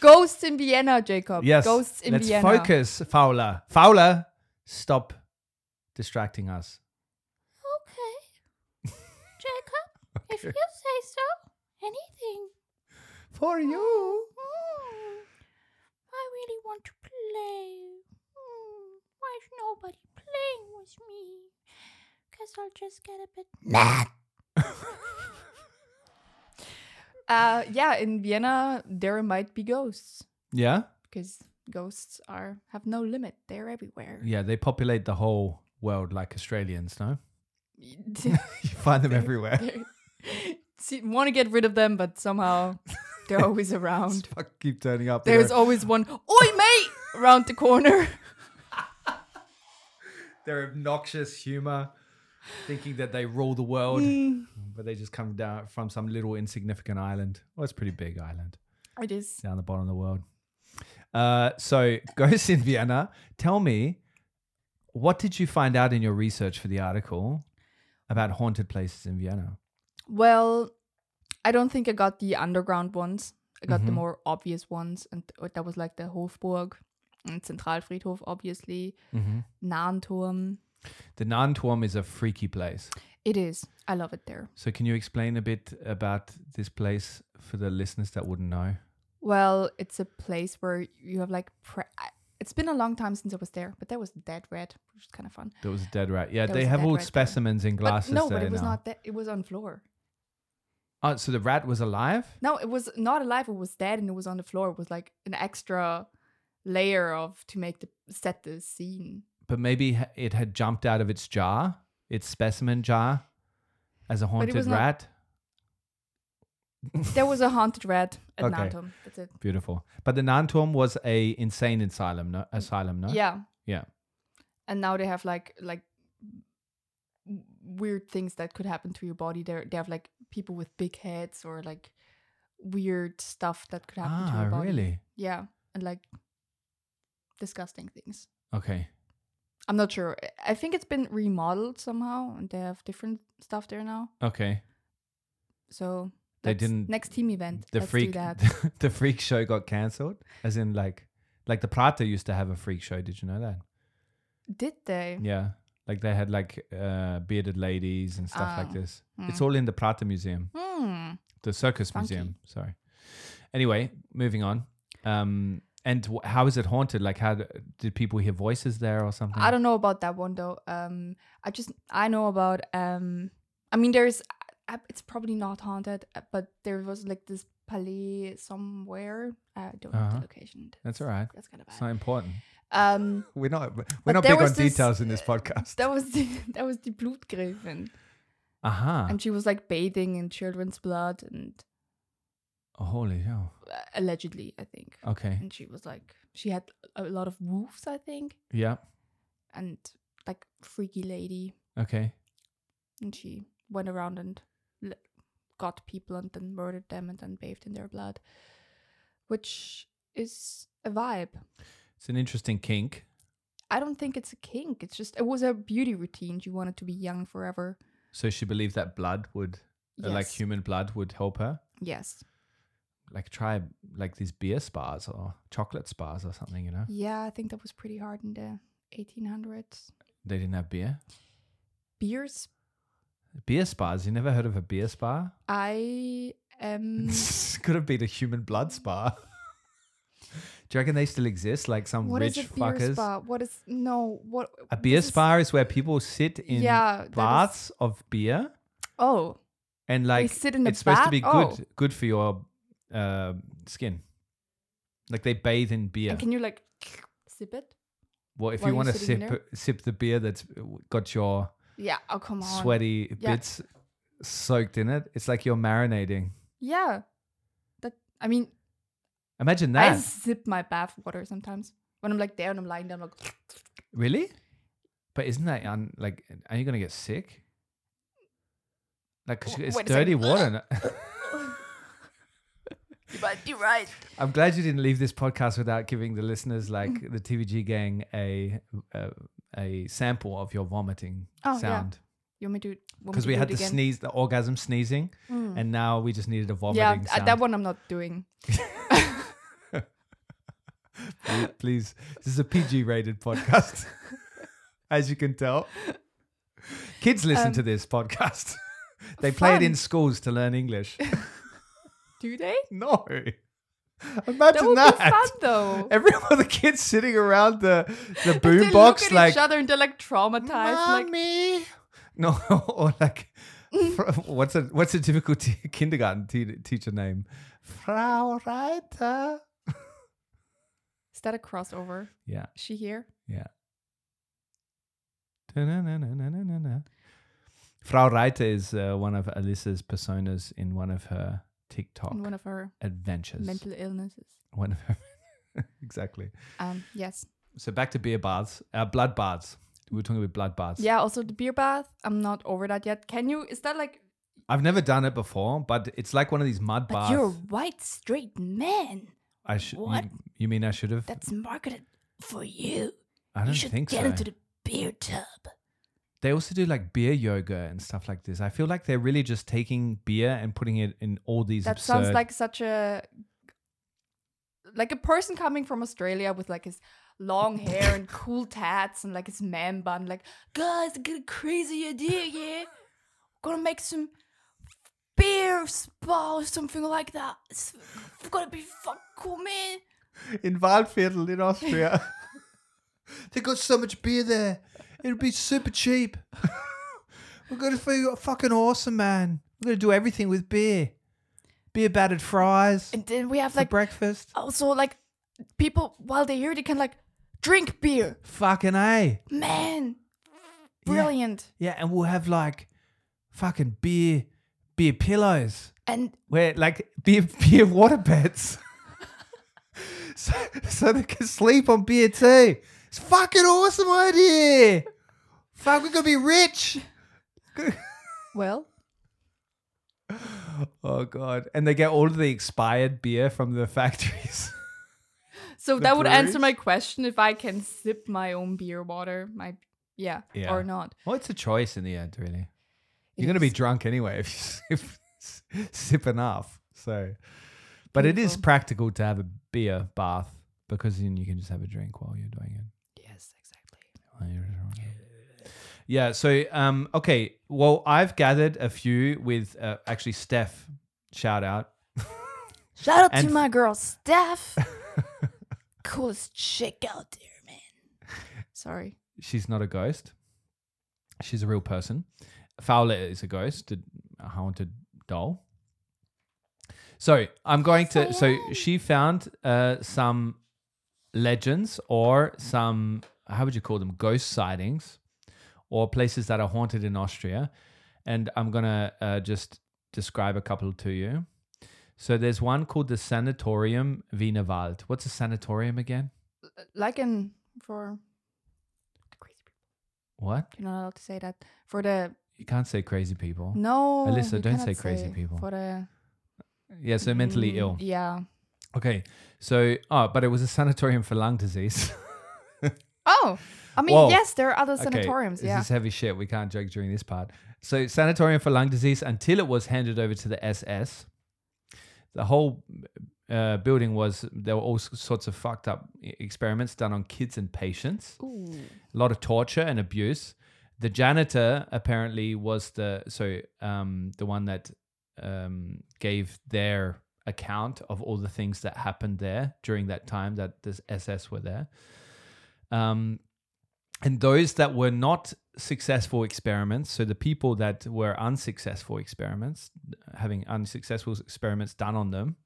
A: Ghosts in Vienna, Jacob.
E: yes.
A: Ghosts in
E: let's
A: Vienna.
E: focus, Fowler. Fowler, stop distracting us.
G: (laughs) Okay. Jacob, if you say so, anything.
E: For you.
A: Hmm.
G: Mm. I really want to play. Mm.
A: Hmm.
G: Why is nobody playing with me? Guess I'll just get a bit.
A: Uh, yeah, in Vienna there might be ghosts
E: Yeah.
A: because ghosts are have no limit. They're everywhere.
E: Yeah, they populate the whole world like Australians, no? (laughs) You find them everywhere.
A: (laughs) Want to get rid of them, but
E: (laughs)
A: somehow they're always around.
E: Fuck, keep turning up.
A: There's
E: they're,
A: always one, oi mate, around the
E: (laughs)
A: corner.
E: their obnoxious humor, thinking that they rule the world, but they just come down from some little insignificant island. Well, it's a pretty big island
A: It is.
E: down the bottom of the world. Uh, so, (laughs) Ghosts in Vienna, tell me, what did you find out in your research for the article about haunted places in Vienna?
A: Well, I don't think I got the underground ones. I got the
E: Mhm.
A: more obvious ones, and that was like the Hofburg and Zentralfriedhof, obviously.
E: Mm-hmm.
A: Nahenturm.
E: The Nanturm is a freaky place.
A: It is. I love it there.
E: So, can you explain a bit about this place for the listeners that wouldn't know?
A: Well, it's a place where you have like. Pre- I- it's been a long time since I was there, but there was dead rat, which is kind of fun.
E: There was a dead rat. Yeah,
A: There
E: they
A: was a
E: have
A: dead
E: all
A: rat there.
E: specimens in glasses.
A: but no,
E: there
A: but it was
E: now.
A: not that. It was on floor.
E: Oh, so the rat was alive?
A: No, it was not alive. It was dead, and it was on the floor. It was like an extra layer of to make the set the scene.
E: But maybe ha- it had jumped out of its jar, its specimen jar, as a haunted
A: was not-
E: rat.
A: There was a haunted rat at
E: Okay.
A: Nantum. That's it.
E: Beautiful. But the Nanturm was a insane asylum, no? Asylum, no?
A: Mm. Yeah.
E: Yeah.
A: and now they have like like w- weird things that could happen to your body. They they have like people with big heads or like weird stuff that could happen to
E: Ah,
A: your body.
E: really?
A: Yeah, and like disgusting things.
E: Okay.
A: I'm not sure. I think it's been remodeled somehow, and they have different stuff there now.
E: Okay.
A: So
E: They
A: let's-
E: didn't-
A: next team event.
E: The
A: let's do
E: freak
A: that.
E: (laughs) the freak show got cancelled. As in like like the Prater used to have a freak show, did you know that?
A: Did they?
E: Yeah. Like they had like uh, bearded ladies and stuff like
A: Oh,
E: this. It's all in the Prater Museum.
A: Hmm.
E: the circus
A: Funky.
E: museum sorry anyway moving on um and wh- how is it haunted like how d- did people hear voices there or something
A: I don't know about that one though. Um, I just I know about um. I mean, there's I- it's probably not haunted, uh, but there was like this palais somewhere. I don't know
E: Uh-huh.
A: the location.
E: That's all right.
A: That's kind of
E: it's
A: bad.
E: not important
A: Um,
B: We're not we're
A: But
B: not
A: there
B: big on
A: was this-
B: details in this
A: (laughs)
B: podcast.
A: that was the, (laughs) that was the Blutgräfin,
E: aha
A: and she was like bathing in children's blood, and
E: oh, holy hell
A: uh, allegedly, I think.
E: Oh, okay
A: And she was like, she had a lot of wolves, I think,
E: yeah
A: and like freaky lady,
E: okay
A: and she went around and l- got people and then murdered them and then bathed in their blood, which is a vibe.
E: it's an interesting kink
A: I don't think it's a kink. It's just it was a beauty routine. She wanted to be young forever.
E: so she believed that blood would uh, like
A: Yes.
E: human blood would help her
A: Yes.
E: like try like these beer spas or chocolate spas or something you know
A: Yeah, I think that was pretty hard in the 1800s.
E: they didn't have beer
A: Beers.
E: beer spas you never heard of a beer spa
A: I
E: (laughs)
A: am. Mm.
E: Could have been a human blood spa. Do you reckon they still exist? Like some
A: What is
E: rich
A: a beer
E: fuckers.
A: spa? What is no? What
E: A beer
A: this is-
E: spa is where people sit in
A: Yeah, that is-
E: baths of beer,
A: Oh,
E: and like
A: sit in a
E: it's supposed
A: bath?
E: to be
A: Oh.
E: good, good for your uh, skin. Like they bathe in beer.
A: and can you like (sniffs) sip it?
E: well, if
A: while
E: you
A: you're
E: want to
A: sitting
E: sip sip the beer that's got your
A: Yeah. Oh, come on.
E: sweaty
A: Yeah.
E: bits soaked in it, it's like you're marinating.
A: Yeah. That I mean,
E: Imagine
A: I
E: that.
A: sip my bath water sometimes when I'm like there and I'm lying down. Like,
E: Really? But isn't that un- like? Are you gonna get sick? Like, 'cause
A: W-
E: it's
A: wait a
E: dirty
A: second.
E: water.
A: (laughs)
E: (laughs)
A: but you're right.
E: I'm glad you didn't leave this podcast without giving the listeners, like the TVG gang, a a, a sample of your vomiting
A: Oh, yeah.
E: sound
A: You want me to? want me
E: because
A: to
E: we
A: do
E: had
A: it
E: the
A: again?
E: sneeze, the orgasm sneezing,
A: Mm.
E: and now we just needed a vomiting
A: Yeah, uh,
E: sound.
A: that one I'm not doing.
E: Please, please, this is a PG-rated podcast, (laughs) as you can tell. Kids listen
A: Um,
E: to this podcast. (laughs) they play it in
A: fun.
E: schools to
A: (laughs)
E: learn English. (laughs)
A: Do they?
E: No.
A: That
E: Imagine
A: would
E: that.
A: be fun
E: (laughs)
A: though.
E: Every one of the kids sitting around the
A: (laughs)
E: the
A: But they
E: boom
A: look
E: box
A: at
E: like
A: each other and they're like traumatized. Like
E: Mommy. No, (laughs) or like fr- what's a what's a typical (laughs) t- kindergarten te- teacher name? Frau Reiter.
A: is that a crossover?
E: Yeah,
A: She here?
E: yeah. Da-na-na-na-na-na-na. Frau Reiter is uh, one of Alyssa's personas in one of her TikTok
A: In one of her
E: adventures.
A: mental illnesses.
E: One of her (laughs) exactly.
A: Um, yes.
E: So back to beer baths, uh, blood baths. We were talking about blood baths.
A: Yeah. Also the beer bath. I'm not over that yet. Can you? Is that like?
E: I've never done it before, but it's like one of these mud
A: But
E: baths.
A: you're a white straight man.
E: I should.
A: what?
E: You, you mean I should have?
A: That's marketed for you.
E: I
G: You
E: don't
G: should
E: think
G: get
E: so.
G: into the beer tub.
E: they also do like beer yoga and stuff like this. I feel like they're really just taking beer and putting it in all these.
A: That
E: absurd,
A: sounds like such a like a person coming from Australia with like his long hair and cool tats and like his man bun, like guys, I got a crazy idea, yeah. Gonna make some beer spa or something like that. It's gonna be fuck cool, man.
E: in Waldviertel
A: (laughs)
E: in Austria. they got so much beer there. It'll be super cheap. We're gonna feel fucking awesome, man. We're gonna do everything with beer. Beer battered fries
A: And then we have
E: for
A: like
E: breakfast.
A: also like people while they're here they can like drink beer.
E: Fucking a.
A: Man.
E: Yeah.
A: Brilliant.
E: Yeah, and we'll have like fucking beer beer pillows.
A: And
E: Where like beer beer (laughs) water beds. so so they can sleep on beer too. It's fucking awesome idea. Fuck, we're gonna be rich.
A: Well,
E: Oh god! And they get all of the expired beer from the factories. (laughs)
A: so
E: The
A: that would answer
E: breweries?
A: my question if I can sip my own beer water, my yeah,
E: Yeah.
A: or not.
E: well, it's a choice in the end, really.
A: It
E: You're gonna be
A: is.
E: drunk anyway if you (laughs) sip, sip enough. So, but it is
A: Painful.
E: practical to have a beer bath because then you can just have a drink while you're doing it.
A: Yes, exactly.
E: Yeah. So, um, okay. Well, I've gathered a few with uh, actually Steph. Shout out.
A: Shout out
E: And-
A: to my girl
E: (laughs)
A: Steph, coolest chick out there, man. Sorry.
E: She's not a ghost. She's a real person. Fowler is a ghost, a haunted doll. So I'm going to. So she found uh, some legends or some how would you call them ghost sightings or places that are haunted in Austria, and I'm gonna uh, just describe a couple to you. So there's one called the Sanatorium Wienerwald. What's a sanatorium again?
A: Like in for the crazy people.
E: What?
A: You're not allowed to say that. For the
E: You can't say crazy people.
A: no.
E: Alyssa,
A: you
E: don't
A: cannot
E: say crazy people. Oh.
A: For the
E: Yeah, so mentally
A: Mm,
E: ill.
A: Yeah.
E: Okay. So, oh, but it was a sanatorium for lung disease. (laughs)
A: Oh, I mean,
E: Whoa.
A: yes, there are other
E: Okay,
A: sanatoriums.
E: This
A: yeah.
E: is heavy shit. We can't joke during this part. So, sanatorium for lung disease until it was handed over to the SS. The whole uh, building was, there were all s- sorts of fucked up e- experiments done on kids and patients. a lot of torture and abuse. The janitor apparently was the so um, the one that um, gave their account of all the things that happened there during that time that the SS were there. Um, and those that were not successful experiments, so the people that were unsuccessful experiments, having unsuccessful experiments done on them,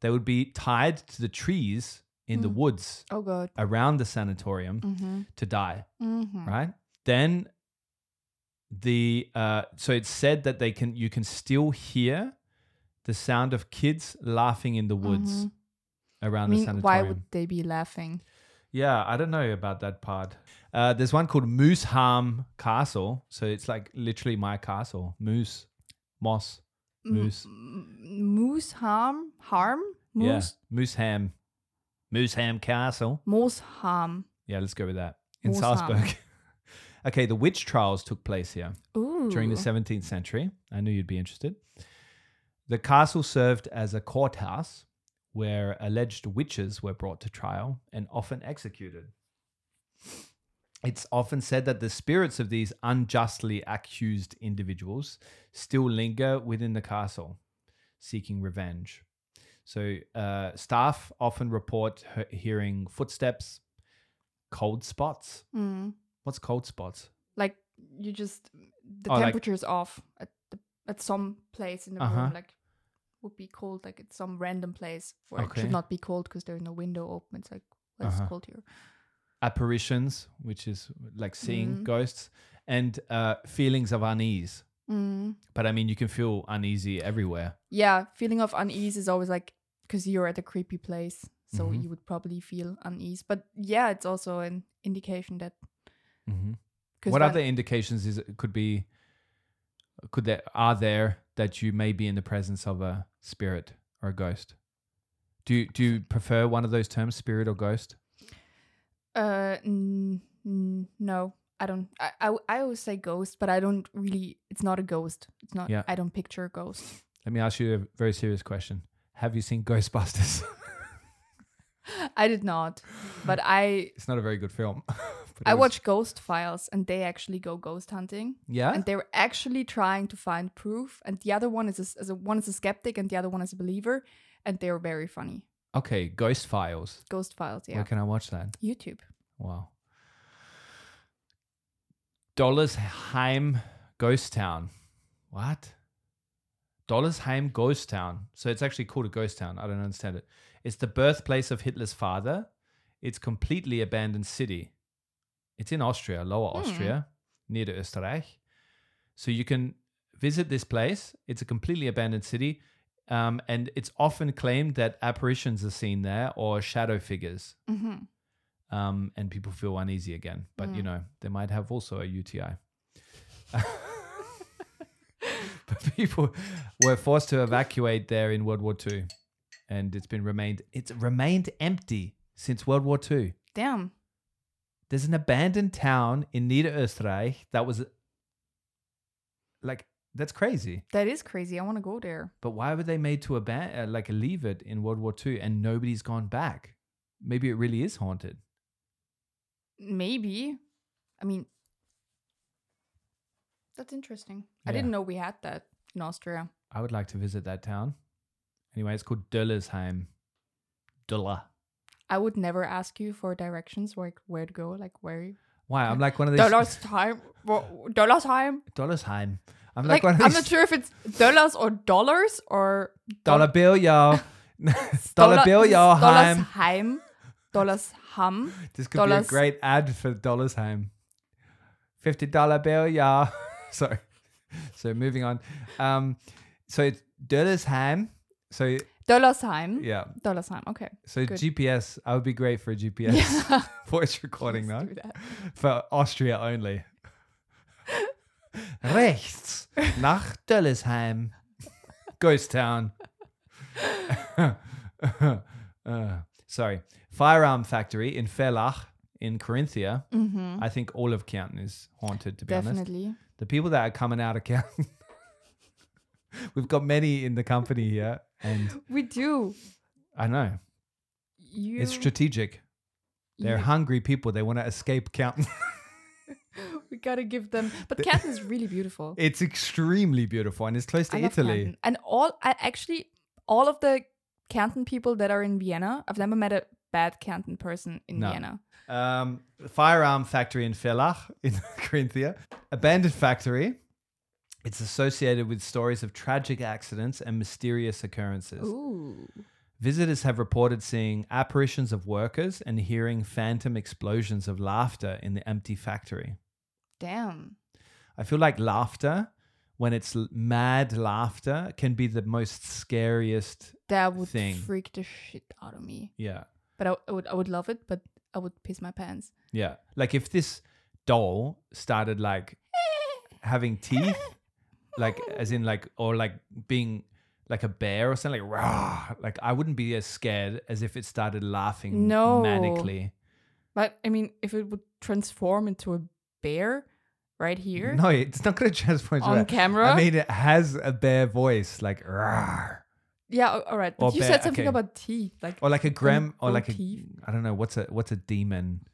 E: they would be tied to the trees in the
A: Mm.
E: woods
A: Oh god.
E: around the sanatorium
A: Mm-hmm.
E: to die
A: Mm-hmm.
E: right? Then the uh, so it's said that they can you can still hear the sound of kids laughing in the woods
A: Mhm. I
E: around the
A: mean, why
E: sanatorium.
A: would they be laughing?
E: yeah, I don't know about that part. Uh, there's one called Moose Harm Castle, so it's like literally my castle, moose, moss,
A: M-
E: Moose.
A: m- moose harm? Harm? Moose?
E: yeah, moose ham, moose ham castle.
A: Moose harm.
E: Yeah, let's go with that in
A: Moose Harm.
E: Salzburg. (laughs) okay, the witch trials took place here.
A: Ooh.
E: during the 17th century. I knew you'd be interested. The castle served as a courthouse where alleged witches were brought to trial and often executed. It's often said that the spirits of these unjustly accused individuals still linger within the castle, seeking revenge. So, uh, staff often report he- hearing footsteps, cold spots.
A: Mm.
E: What's cold spots?
A: Like you just the
E: Oh, like-
A: temperature's off at the, at some place in the
E: Uh-huh.
A: room. Like would be cold. Like at some random place where it
E: Okay.
A: should not be cold because there's no window open. It's like well,
E: Uh-huh.
A: it's cold here.
E: apparitions, which is like seeing
A: Mm.
E: ghosts, and uh, feelings of unease.
A: Mm.
E: But I mean, you can feel uneasy everywhere.
A: yeah, feeling of unease is always like because you're at a creepy place, so
E: Mhm.
A: you would probably feel unease. But yeah, it's also an indication that. Cause
E: What
A: when-
E: other indications is could be could there are there that you may be in the presence of a spirit or a ghost? Do you, do you prefer one of those terms, spirit or ghost?
A: Uh, n- n- no, I don't. I, I w- I always say ghost, but I don't really. It's not a ghost. It's not.
E: Yeah.
A: I don't picture a ghost. (laughs)
E: Let me ask you a very serious question. Have you seen (laughs) Ghostbusters?
A: I did not, but I
E: it's not a very good film. (laughs) but it
A: I
E: was-
A: watch Ghost Files, and they actually go ghost hunting.
E: Yeah.
A: and they were actually trying to find proof. And the other one is a, s- is a one is a skeptic, and the other one is a believer, and they were very funny.
E: Okay, Ghost Files.
A: Ghost Files, yeah.
E: Where can I watch that?
A: YouTube.
E: Wow. Dollersheim Ghost Town. What? Dollersheim Ghost Town. So it's actually called a ghost town. I don't understand it. It's the birthplace of Hitler's father. It's completely abandoned city. It's in Austria, Lower
A: Hmm.
E: Austria, near to Österreich. So you can visit this place. It's a completely abandoned city. Um, and it's often claimed that apparitions are seen there or shadow figures
A: Mhm.
E: um, and people feel uneasy again. But you know, they might have also a UTI. (laughs) but people were forced to evacuate there in World War II, and it's been remained it's remained empty since World War II.
A: Damn.
E: There's an abandoned town in Niederösterreich that was like that's crazy.
A: That is crazy. I want to go there.
E: But why were they made to aban- uh, like leave it in World War II and nobody's gone back? Maybe it really is haunted.
A: Maybe. I mean, that's interesting. I
E: Yeah.
A: didn't know we had that in Austria.
E: I would like to visit that town. Anyway, it's called Döllersheim. Döller.
A: I would never ask you for directions, like where to go, like where.
E: Why? I'm like one of these.
A: Dollars time. Dollars time.
E: Döllersheim. I'm
A: Like,
E: (laughs) like, one of
A: I'm
E: these.
A: not sure if it's dollars or dollars or
E: Dollar
A: (laughs)
E: bill, y'all. (laughs) dollar bill, y'all.
A: Dollars
E: Heim.
A: heim. Dollars ham.
E: This could be
A: dollars-
E: a great ad for Döllersheim. Fifty dollar bill, y'all. (laughs) Sorry. So moving on. Um, so it's Döllersheim. So
A: Dollars heim.
E: (laughs) yeah.
A: Dollars heim.
E: (laughs)
A: Okay. (laughs)
E: So
A: Good.
E: GPS, I would be great for a GPS
A: Yeah.
E: (laughs) voice recording,
A: Let's
E: though.
A: do that.
E: For Austria only. Rechts nach Döllersheim. Ghost town. (laughs) Uh, sorry. Firearm factory in Fellach in Corinthia. I think all of Kärnten is haunted, to be honest.
A: Mm-hmm. Definitely.
E: The people that are coming out of Kärnten. (laughs) We've got many in the company here. And
A: We do.
E: I know.
A: You,
E: It's strategic. They're
A: you-
E: hungry people. They want to escape Canton.
A: (laughs) We gotta give them. But Canton is really beautiful.
E: (laughs) (laughs) it's extremely beautiful and it's close to
A: I love
E: Italy.
A: Canton. And all, I actually, all of the Canton people that are in Vienna, I've never met a bad Canton person in
E: No.
A: Vienna.
E: Um, firearm factory in Fellach in (laughs) Corinthia. Abandoned factory. It's associated with stories of tragic accidents and mysterious occurrences.
A: Ooh.
E: Visitors have reported seeing apparitions of workers and hearing phantom explosions of laughter in the empty factory.
A: Damn.
E: I feel like laughter, when it's l- mad laughter, can be the most scariest.
A: That would
E: Thing.
A: freak the shit out of me.
E: Yeah.
A: But I, I would, I would love it, but I would piss my pants.
E: Yeah. Like if this doll started like having teeth, like as in like or like being like a bear or something like rah, like I wouldn't be as scared as if it started laughing
A: No.
E: manically.
A: But I mean, if it would transform into a bear right here
E: No, it's not (laughs) going to transform into
A: on
E: that.
A: camera.
E: I mean, it has a bear voice, like rah,
A: yeah, a- all right. But
E: Or
A: you
E: bear,
A: said something
E: okay.
A: about teeth. Like,
E: or like a gram, or
A: or
E: like a
A: teeth.
E: I don't know what's a what's a demon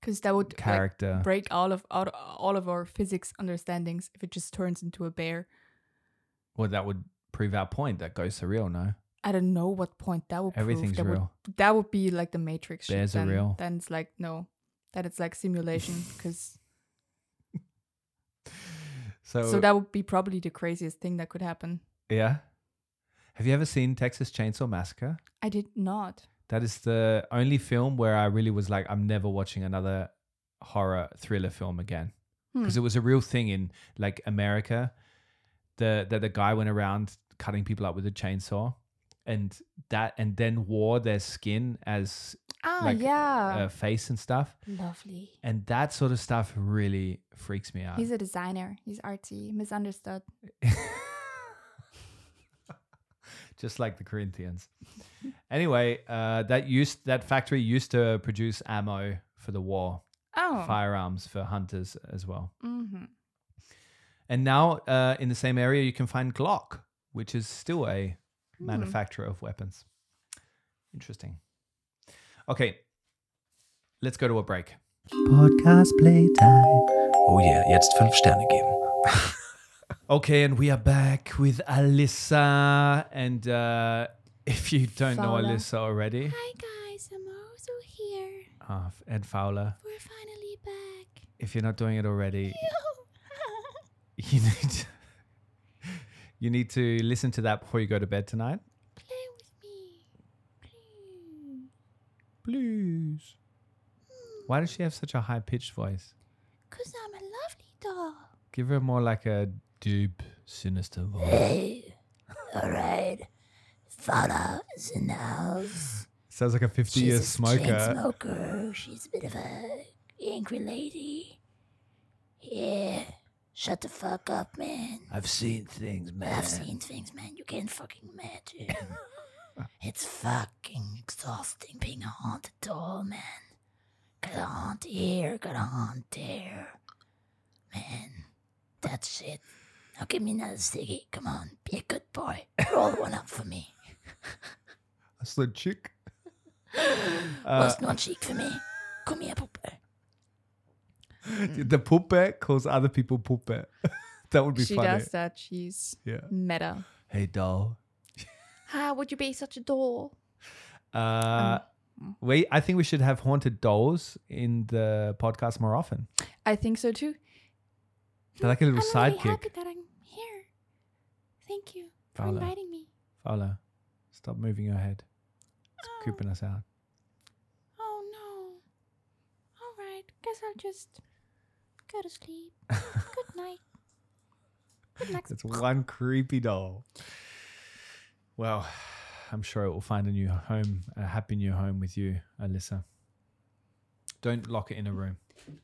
A: because that would like,
E: character.
A: break all of out, all of our physics understandings if it just turns into a bear.
E: well, that would prove our point that ghosts are real. No,
A: I don't know what point that would prove.
E: everything's
A: that
E: real.
A: Would, that would be like the Matrix. shit.
E: Bears are
A: then,
E: real.
A: Then it's like no, then it's like
E: (laughs)
A: simulation. Because
E: So,
A: so that would be probably the craziest thing that could happen.
E: yeah. Have you ever seen Texas Chainsaw Massacre?
A: I did not.
E: That is the only film where I really was like, I'm never watching another horror thriller film again. Because it was a real thing in like America. The that the guy went around cutting people up with a chainsaw and that and then wore their skin as
A: Ah,
E: like uh,
A: yeah,
E: a face and stuff.
A: lovely.
E: And that sort of stuff really freaks me out.
A: He's a designer. He's artsy, misunderstood.
E: just like the Corinthians. anyway, uh, that used that factory used to produce ammo for the war,
A: Oh,
E: firearms for hunters as well.
A: hmm
E: And now, uh, in the same area, you can find Glock, which is still a manufacturer of weapons. Interesting. Okay, let's go to a break.
H: Podcast Playtime. Oh yeah, jetzt fünf Sterne geben.
E: Okay, and we are back with Alyssa. And uh, (laughs) if you don't know
A: Fowler.
E: Alyssa already,
G: Hi guys, I'm also here.
E: uh, Ed Fowler,
G: We're finally back.
E: if you're not doing it already, (laughs) you need to, (laughs) you need to listen to that before you go to bed tonight.
G: (laughs) Play with me.
E: Please.
G: Please.
E: Why does she have such a high pitched voice?
G: Cause I'm a lovely doll.
E: Give her more like a deep, sinister voice.
G: Alright. Father is in the house.
E: Sounds like a 50 year
G: She's a chain
E: smoker.
G: smoker. She's a bit of a angry lady. Yeah. Shut the fuck up, man.
E: I've seen things,
G: I've seen things, man. You can't fucking imagine. (laughs) it's fucking exhausting being a haunted doll, man. Got a haunt here, got a haunt there. Man, that shit. Now give me another ciggy. Come on, be a good boy. Roll one up for (laughs) me.
E: A slow chick.
G: Bust one cheek for me. Come here, Puppe.
E: The puppet calls other people puppet. (laughs) that would be
A: she
E: funny.
A: does that. She's
E: Yeah.
A: meta.
E: Hey, doll.
A: How Ah, would you be such a doll?
E: Uh, wait, I think we should have haunted dolls in the podcast more often.
A: I think so too.
E: They're like a little
G: I'm really
E: sidekick.
G: happy that I'm here. Thank you for
E: Paula.
G: inviting me.
E: Fowler, stop moving your head. It's creeping us out.
G: Oh no. All right, guess I'll just go to
E: (laughs)
G: sleep. Good night. Good night.
E: It's one creepy doll. Well, I'm sure it will find a new home, a happy new home with you, Alyssa. Don't lock it in a room.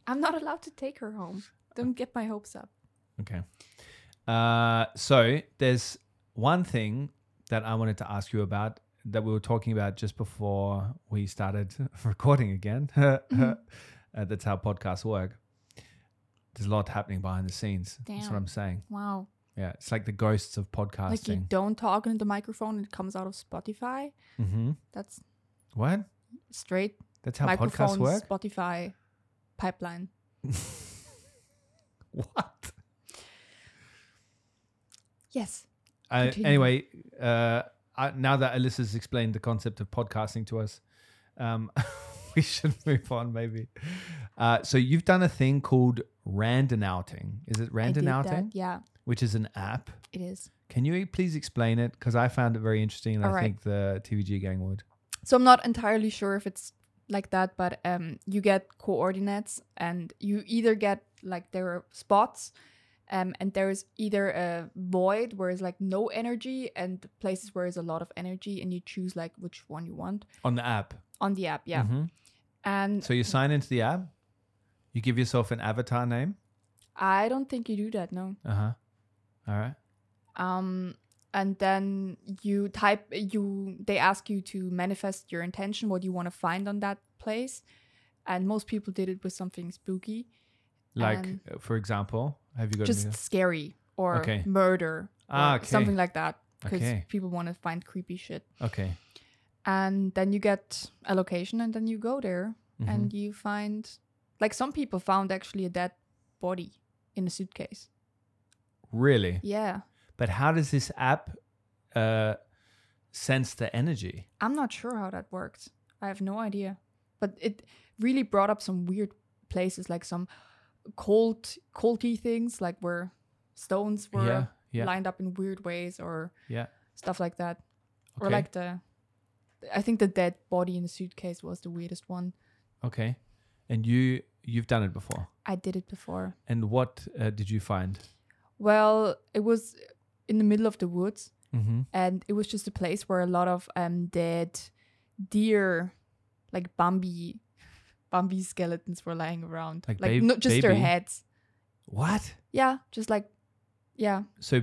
A: I'm not allowed to take her home. Don't get my hopes up.
E: Okay. Uh, so there's one thing that I wanted to ask you about that we were talking about just before we started (laughs) recording again. (laughs)
A: Mm-hmm.
E: Uh, that's how podcasts work. There's a lot happening behind the scenes. That's what
A: Damn.
E: I'm saying.
A: Wow.
E: Yeah, it's like the ghosts of
A: Like you
E: podcasting.
A: don't talk into the microphone and it comes out of Spotify.
E: hmm
A: That's
E: What?
A: straight
E: That's how podcasts
A: microphone
E: work. (laughs)
A: Spotify pipeline.
E: what?
A: Yes.
E: Uh,
A: Continue.
E: anyway, uh, I, now that Alyssa's explained the concept of podcasting to us, um, (laughs) we should move on maybe. Uh, so you've done a thing called Randonauting. Is it
A: I did
E: Randonauting?
A: that. Yeah,
E: Which is an app.
A: it is.
E: Can you please explain it? Because I found it very interesting, and
A: All
E: I
A: right.
E: think the TVG gang would.
A: So I'm not entirely sure if it's like that, but um, you get coordinates, and you either get like there are spots, um, and there is either a void where it's like no energy, and places where there's a lot of energy, and you choose like which one you want
E: On the app.
A: on the app. Yeah,
E: Mhm.
A: and
E: So you sign into the app. You give yourself an avatar name.
A: I don't think you do that. No.
E: Uh huh. All right.
A: um and then you type you they ask you to manifest your intention what you want to find on that place and most people did it with something spooky
E: Like,
A: Um,
E: uh, for example, have you got
A: just
E: any-
A: scary or
E: Okay.
A: murder or
E: Ah, okay.
A: something like that because
E: Okay.
A: people want to find creepy shit
E: Okay.
A: and then you get a location and then you go there
E: Mm-hmm.
A: and you find like some people found actually a dead body in a suitcase
E: Really?
A: yeah
E: But how does this app uh, sense the energy?
A: I'm not sure how that worked. I have no idea. But it really brought up some weird places, like some cold, coldy things, like where stones were
E: Yeah, yeah.
A: lined up in weird ways or
E: Yeah.
A: stuff like that. Or
E: Okay.
A: like the, I think the dead body in a suitcase was the weirdest one.
E: Okay. And you you've done it before.
A: I did it before.
E: And what uh, did you find?
A: Well, it was in the middle of the woods,
E: Mm-hmm.
A: and it was just a place where a lot of um dead deer, like Bambi, Bambi skeletons were lying around,
E: Like
A: like,
E: bab-
A: not just their
E: baby?
A: heads.
E: What?
A: Yeah, just like yeah,
E: So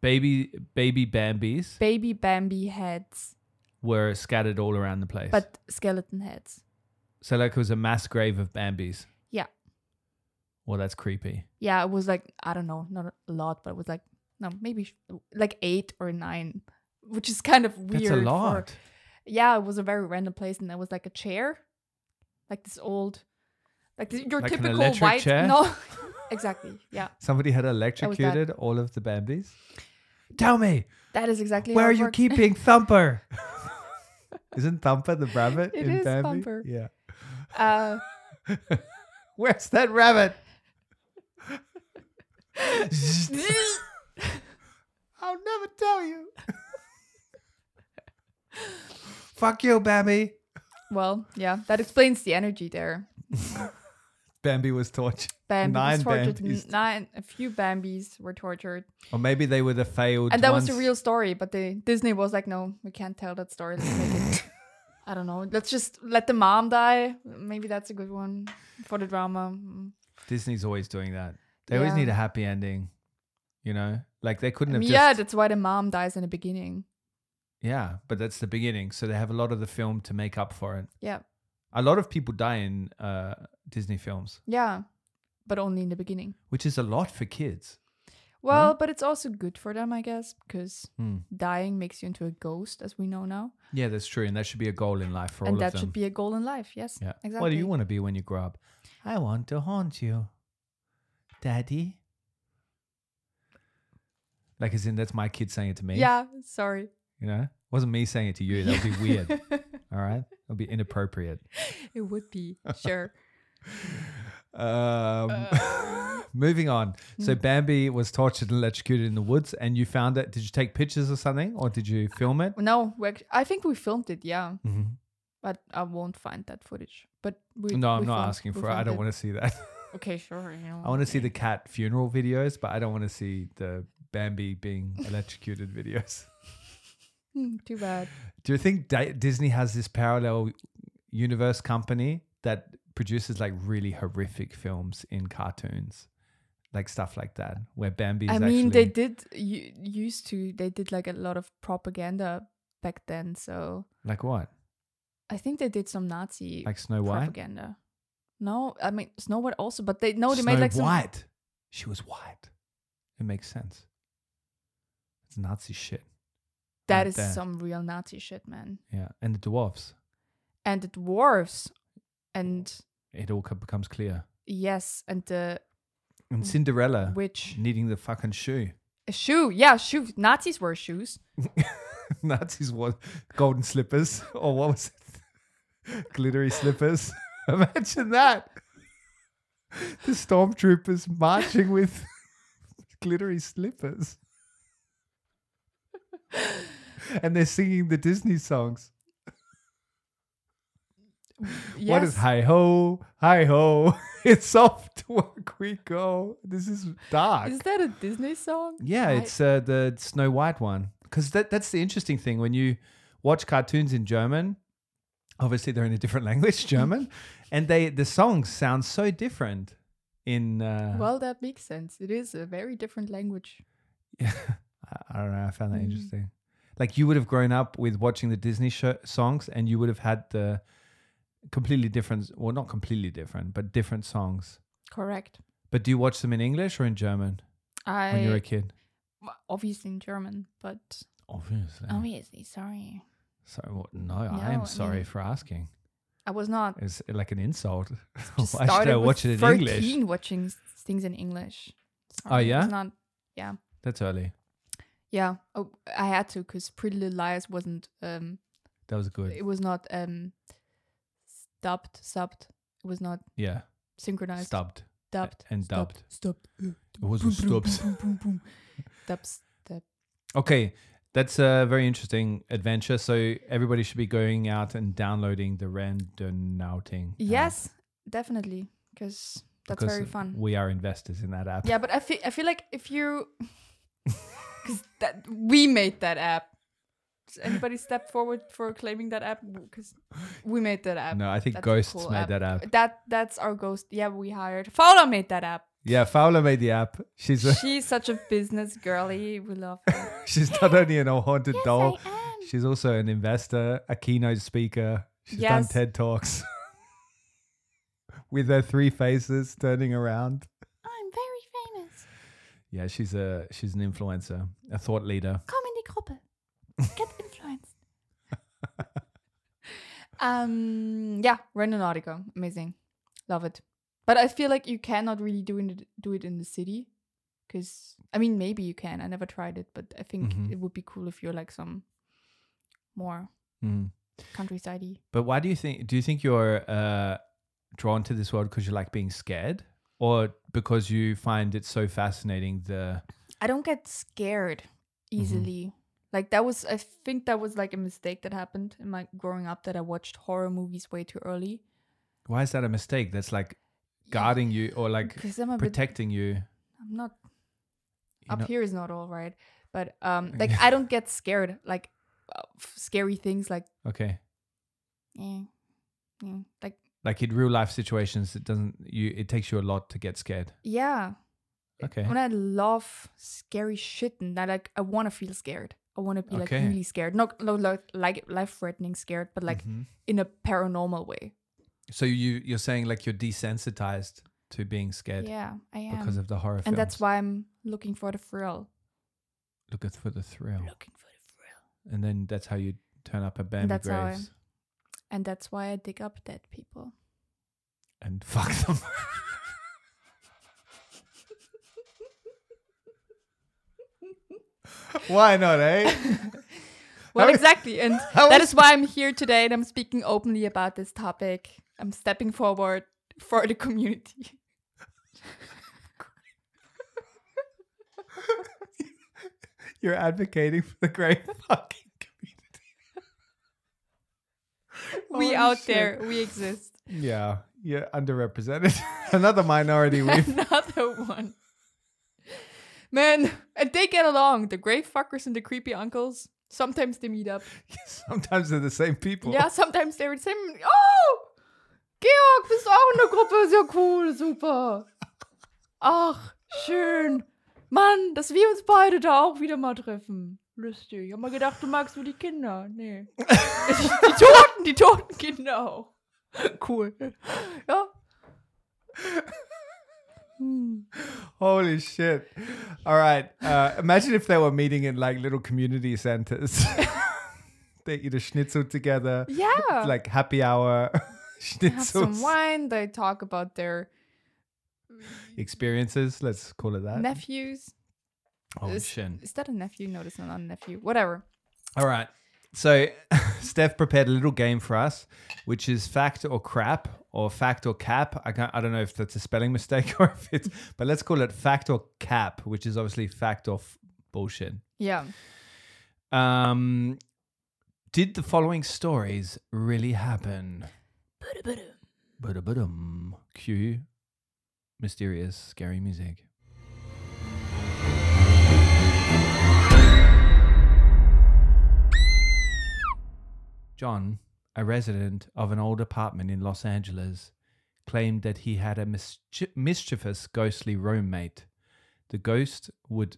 E: baby baby Bambies
A: baby Bambi heads,
E: were scattered all around the place.
A: but skeleton heads.
E: so like it was a mass grave of Bambies.
A: Yeah.
E: Well, that's creepy.
A: Yeah, it was like I don't know, not a lot, but it was like no, maybe sh- like eight or nine, which is kind of weird.
E: That's a
A: for-
E: lot.
A: yeah, it was a very random place, and there was like a chair, like this old, like this, your
E: Like an
A: typical
E: electric
A: white.
E: chair? (laughs)
A: No, (laughs) exactly. Yeah,
E: Somebody had electrocuted all of the Bambies. Tell me,
A: that is exactly.
E: where
A: how
E: are
A: it
E: you
A: worked. (laughs)
E: keeping Thumper? (laughs) Isn't Thumper the rabbit
A: It
E: in
A: is
E: Bambi?
A: Thumper.
E: Yeah.
A: Uh,
E: (laughs) Where's that rabbit? I'll never tell you. (laughs) Fuck you, Bambi.
A: well, yeah, that explains the energy there.
E: Bambi was tortured.
A: Bambi
E: Nine
A: was tortured.
E: Bambis.
A: Nine, a few Bambies were tortured,
E: Or maybe they were the failed.
A: and that was the
E: ones. (laughs)
A: real story. But the Disney was like, "No, we can't tell that story. Let's make it I don't know. Let's just let the mom die. Maybe that's a good one for the drama. Mm.
E: Disney's always doing that. They always
A: Yeah.
E: need a happy ending. You know, like they couldn't have
A: yeah,
E: just
A: that's why the mom dies in the beginning.
E: yeah, but that's the beginning. So they have a lot of the film to make up for it.
A: Yeah,
E: A lot of people die in uh, Disney films,
A: yeah, but only in the beginning.
E: which is a lot for kids.
A: Well, but it's also good for them, I guess, because
E: Hmm.
A: dying makes you into a ghost, as we know now,
E: Yeah, that's true, and that should be a goal in life for all
A: and
E: of
A: that
E: them.
A: should be a goal in life. Yes,
E: yeah.
A: exactly.
E: What do you want to be when you grow up? I want to haunt you, Daddy. Like, as in, that's my kid saying it to me.
A: Yeah, sorry.
E: You know, wasn't me saying it to you. That would be
A: (laughs)
E: weird. All right, that would be inappropriate.
A: It would
E: (laughs)
A: be sure.
E: Um,
A: Uh.
E: (laughs) moving on. So
A: Mm.
E: Bambi was tortured and electrocuted in the woods, and you found it. Did you take pictures or something, or did you film it?
A: No, we act- I think we filmed it. Yeah,
E: Mhm.
A: but I won't find that footage. But we.
E: No, I'm
A: we
E: not
A: found-
E: asking
A: we
E: for it. I
A: found
E: don't want to see that.
A: Okay, sure.
E: I want to see the cat funeral videos, but I don't want to see the Bambi being electrocuted (laughs) videos.
A: Hmm, Too
E: (laughs)
A: bad.
E: Do you think Di- Disney has this parallel universe company that produces like really horrific films in cartoons, like stuff like that, where Bambi is
A: I mean,
E: actually
A: they did u- used to. They did like a lot of propaganda back then. So
E: like what,
A: I think they did some Nazi
E: like Snow White?
A: propaganda. No, I mean Snow White also, but they no, they
E: Snow
A: made like some.
E: White. She was white. It makes sense. It's Nazi shit.
A: That
E: right
A: is
E: there.
A: some real Nazi shit, man.
E: Yeah, and the dwarfs.
A: And the dwarves, and
E: It all co- becomes clear.
A: yes, and the Mm.
E: And Cinderella
A: witch.
E: needing the fucking shoe.
A: A shoe, yeah, shoe. Nazis wear shoes.
E: (laughs) Nazis wore golden slippers, or what was it? (laughs) Glittery slippers. (laughs) Imagine that. The stormtroopers marching with (laughs) glittery slippers. (laughs) And they're singing the Disney songs.
A: Yes.
E: What is hi ho, hi ho? (laughs) It's off to work we go. This is dark.
A: Is that a Disney song?
E: Yeah,
A: I-
E: it's uh, the Snow White one. Because that, that's the interesting thing. When you watch cartoons in German, obviously they're in a different (laughs) language, German, and they the songs sound so different in. Uh,
A: Well, that makes sense. It is a very different language.
E: (laughs) I- I don't know. I found that
A: Mm.
E: interesting. Like you would have grown up with watching the Disney show, songs, and you would have had the completely different, well, not completely different, but different songs.
A: Correct.
E: But do you watch them in English or in German
A: I
E: when you were a kid?
A: Well, obviously in German, but
E: Obviously.
A: obviously, sorry,
E: So what- no,
A: No,
E: I
A: I
E: am
A: mean-
E: sorry for asking.
A: I was not.
E: It's like an insult.
A: Just
E: (laughs) Why should
A: started
E: I
A: with
E: watch it in
A: 13
E: English?
A: watching s- things in English.
E: Oh,
A: Sorry,
E: yeah?
A: it's not. Yeah,
E: That's early.
A: yeah. Oh, I had to because Pretty Little Liars wasn't. Um,
E: That was good.
A: it was not um, dubbed, subbed. It was not
E: yeah.
A: synchronized.
E: Stubbed.
A: dubbed
E: and
A: stubbed,
E: dubbed.
A: Stubbed.
E: It wasn't stubs.
A: (laughs) Dubs. Dub.
E: Uh, Okay. That's a very interesting adventure. So everybody should be going out and downloading the Randonauting. app
A: Yes, definitely, because that's
E: because
A: very fun.
E: We are investors in that app.
A: Yeah, but I feel I feel like if
E: (laughs)
A: you, because that we made that app. Does anybody step forward for claiming that app? Because we made that app.
E: No, I think
A: That's a
E: Ghosts
A: cool
E: made that app.
A: That that's our ghost. Yeah, we hired. Fowler made that app.
E: Yeah, Fowler made the app. She's a, (laughs)
A: She's such a business girly. We love her.
E: she's
A: (laughs)
E: not only an all haunted doll, she's also an investor, a keynote speaker. She's done
A: Yes.
E: TED Talks (laughs) with her three faces turning around.
A: I'm very famous.
E: Yeah, she's a she's an influencer, a thought leader.
A: Komm in die Gruppe. Get influenced. um, yeah, Randonautica, amazing, love it. But I feel like you cannot really do in the, do it in the city, because I mean maybe you can. I never tried it, but I think
E: Mhm.
A: it would be cool if you're like some more
E: Mm.
A: countryside.
E: But why do you think do you think you're uh, drawn to this world because you like being scared, or because you find it so fascinating? The
A: I don't get scared
E: Mm-hmm.
A: easily. Like that was, I think that was like a mistake that happened in my growing up that I watched horror movies way too early.
E: why is that a mistake? That's like guarding you or like
A: Because I'm a bit
E: protecting you.
A: I'm not
E: You're
A: up
E: not-
A: here is not all right,
E: (laughs)
A: but um, like I don't get scared like uh, f- scary things like
E: Okay,
A: Yeah. yeah. Like,
E: Like in real life situations, it doesn't. You it takes you a lot to get scared.
A: yeah.
E: Okay.
A: And I love scary shit, and I like, I want to feel scared. I want to be like
E: Okay.
A: really scared, not, not like, like life threatening scared, but like
E: Mhm.
A: in a paranormal way.
E: so you you're saying like you're desensitized to being scared
A: Yeah, I am.
E: because of the horror.
A: and that's
E: films.
A: why I'm looking for the thrill.
E: Looking for the thrill,
A: Looking for the thrill.
E: and then that's how you turn up at Bambi
A: that's how I-
E: graves
A: And that's why I dig up dead people.
E: and (laughs) fuck them.
B: Why not,
A: (laughs)
B: eh?
A: Well,
B: How-
A: exactly. And
B: (laughs) how
A: that
B: is-
A: is why I'm here today and I'm speaking openly about this topic. I'm stepping forward for
B: (laughs)
A: the community.
E: You're advocating for the great (laughs) fucking community.
A: we out there, we exist. (laughs)
E: Yeah, you're underrepresented. (laughs) Another
A: (laughs)
E: minority we've
A: Another one. Man, and they get along. The grave fuckers and the creepy uncles. Sometimes they meet up.
E: (laughs) sometimes they're the same people.
A: Ja, sometimes they would say, oh, Georg, bist auch in der Gruppe, sehr cool, super. Ach, schön. Mann, dass wir uns beide da auch wieder mal treffen. Lustig. Ich hab mal gedacht, du magst nur die Kinder.
E: (laughs)
A: Nee. die Toten, die toten Kinder auch. Cool. Ja. Hm.
E: Holy shit. All right. Uh, imagine if they were meeting in like little community centers. (laughs) they eat a schnitzel together,
A: Yeah.
E: like happy hour (laughs)
A: have some
E: schnitzels.
A: wine. They talk about their
E: Experiences, let's call it that.
A: nephews.
E: Uh, oh,
A: is,
E: shit.
A: is that a nephew? No, that's not a nephew. Whatever.
E: All right. So (laughs) Steph prepared a little game for us, which is fact or crap or fact or cap. I can't, I don't know if that's a spelling (laughs) mistake or if it's, but let's call it fact or cap, which is obviously fact or f- bullshit.
A: Yeah.
E: Um, did the following stories really happen? Ba-da-ba-dum. Cue mysterious, scary music. John, a resident of an old apartment in Los Angeles, claimed that he had a mischie- mischievous ghostly roommate. The ghost would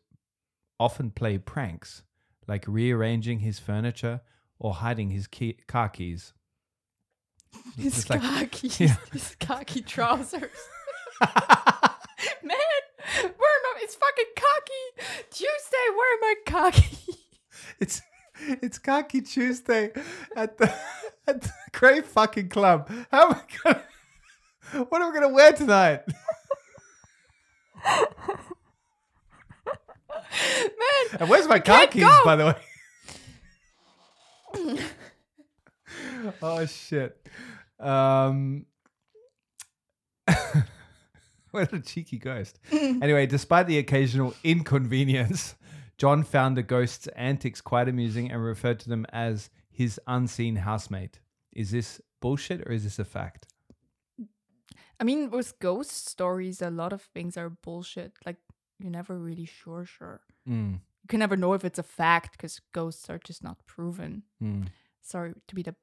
E: often play pranks, like rearranging his furniture or hiding his key- car keys. (laughs)
A: His
E: Just like-
A: khaki,
E: Yeah.
A: his khaki trousers. (laughs) Man, where am I? It's fucking khaki Tuesday. Where am I khaki?
E: It's it's Khaki Tuesday at the at the Great Fucking Club. How am I gonna? What am I gonna wear tonight?
A: (laughs) Man,
E: And where's my car
A: Can't
E: keys,
A: go.
E: by the way? (laughs) oh shit! Um, (laughs) what a cheeky (laughs) ghost. anyway, despite the occasional inconvenience, John found the ghost's antics quite amusing and referred to them as his unseen housemate. Is this bullshit or is this a fact?
A: I mean, with ghost stories, a lot of things are bullshit. Like you're never really sure. Sure,
E: Mm,
A: you can never know if it's a fact because ghosts are just not proven.
E: mm,
A: Sorry to be the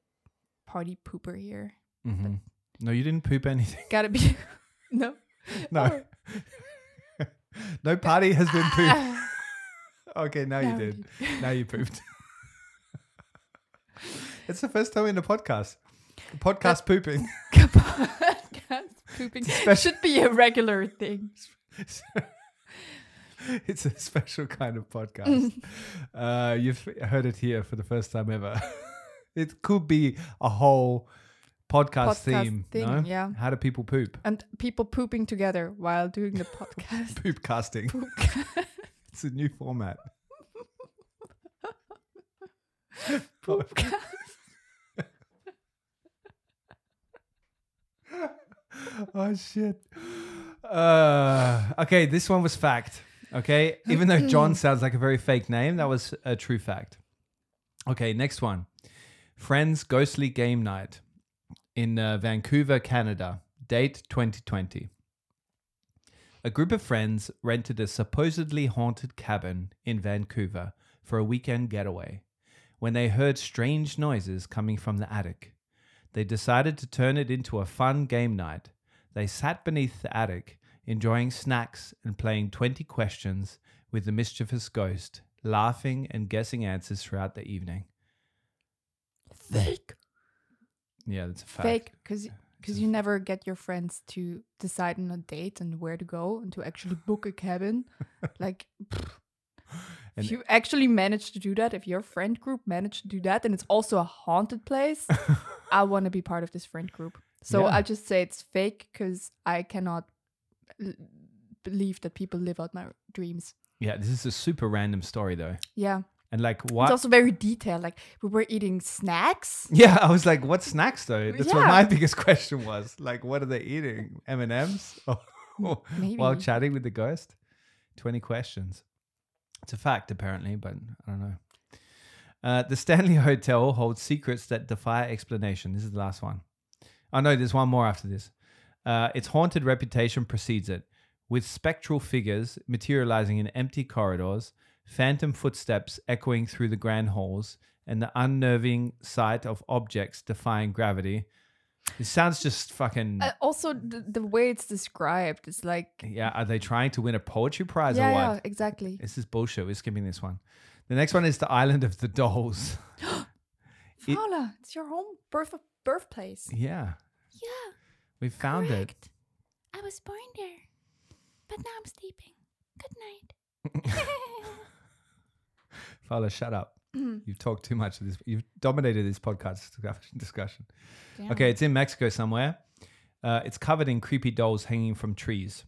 A: party pooper here.
E: mhm. No, you didn't poop anything. (laughs)
A: Gotta be (laughs) no.
E: No. no party has (laughs) been pooped. Okay, now you
A: Now I
E: did. (laughs) Now you pooped. it's the first time in the podcast. The (laughs) podcast pooping.
A: Pooping
E: Special-
A: should be a regular thing.
E: it's a special kind of podcast. (laughs) uh, you've heard it here for the first time ever. (laughs) it could be a whole podcast,
A: Podcast
E: theme.
A: thing,
E: no?
A: yeah.
E: How do people poop?
A: and people pooping together while doing the podcast.
E: Poop casting. (laughs) It's a new format. (laughs) oh shit. Uh, okay, this one was fact. Okay, even though John sounds like a very fake name, that was a true fact. Okay, next one. Friends Ghostly Game Night in uh, Vancouver, Canada, date 2020. A group of friends rented a supposedly haunted cabin in Vancouver for a weekend getaway when they heard strange noises coming from the attic. They decided to turn it into a fun game night. They sat beneath the attic, enjoying snacks and playing 20 questions with the mischievous ghost, laughing and guessing answers throughout the evening.
A: Fake.
E: Yeah, that's a fact.
A: Fake, because because you never get your friends to decide on a date and where to go and to
E: (laughs)
A: actually book a cabin. like, pfft.
E: And-
A: if you actually manage to do that, if your friend group managed to do that, and it's also a haunted
E: (laughs)
A: place, I want to be part of this friend group. So
E: Yeah.
A: I just say it's fake because I cannot l- believe that people live out my dreams.
E: Yeah, this is a super random story though.
A: Yeah,
E: And like what?
A: it's also very detailed. Like we were eating snacks.
E: yeah, I was like, what snacks though? That's what
A: Yeah.
E: my biggest (laughs) question was. Like, what are they eating? M and (laughs) M's? While
A: Maybe.
E: chatting with the ghost. Twenty questions. It's a fact apparently, but I don't know. Uh, the Stanley (laughs) Hotel holds secrets that defy explanation. This is the last one. Oh no, there's one more after this. Uh, its haunted reputation precedes it, with spectral figures materializing in empty corridors, phantom footsteps echoing through the grand halls, and the unnerving sight of objects defying gravity. It sounds just fucking.
A: Uh, also, the, the way it's described, it's like
E: yeah, are they trying to win a poetry prize
A: yeah,
E: or what?
A: yeah, exactly.
E: This is bullshit. We're skipping this one. The next one is the Island of the Dolls. (laughs) It-
A: Paula, it's your home birth birthplace.
E: Yeah,
G: Yeah,
E: we found it.
G: correct. I was born there, but now I'm sleeping. Good night.
E: Fowler, shut
A: (clears throat)
E: up. You've talked too much of this. You've dominated this podcast (laughs) discussion. Okay, it's in Mexico somewhere. Uh, it's covered in creepy dolls hanging from trees.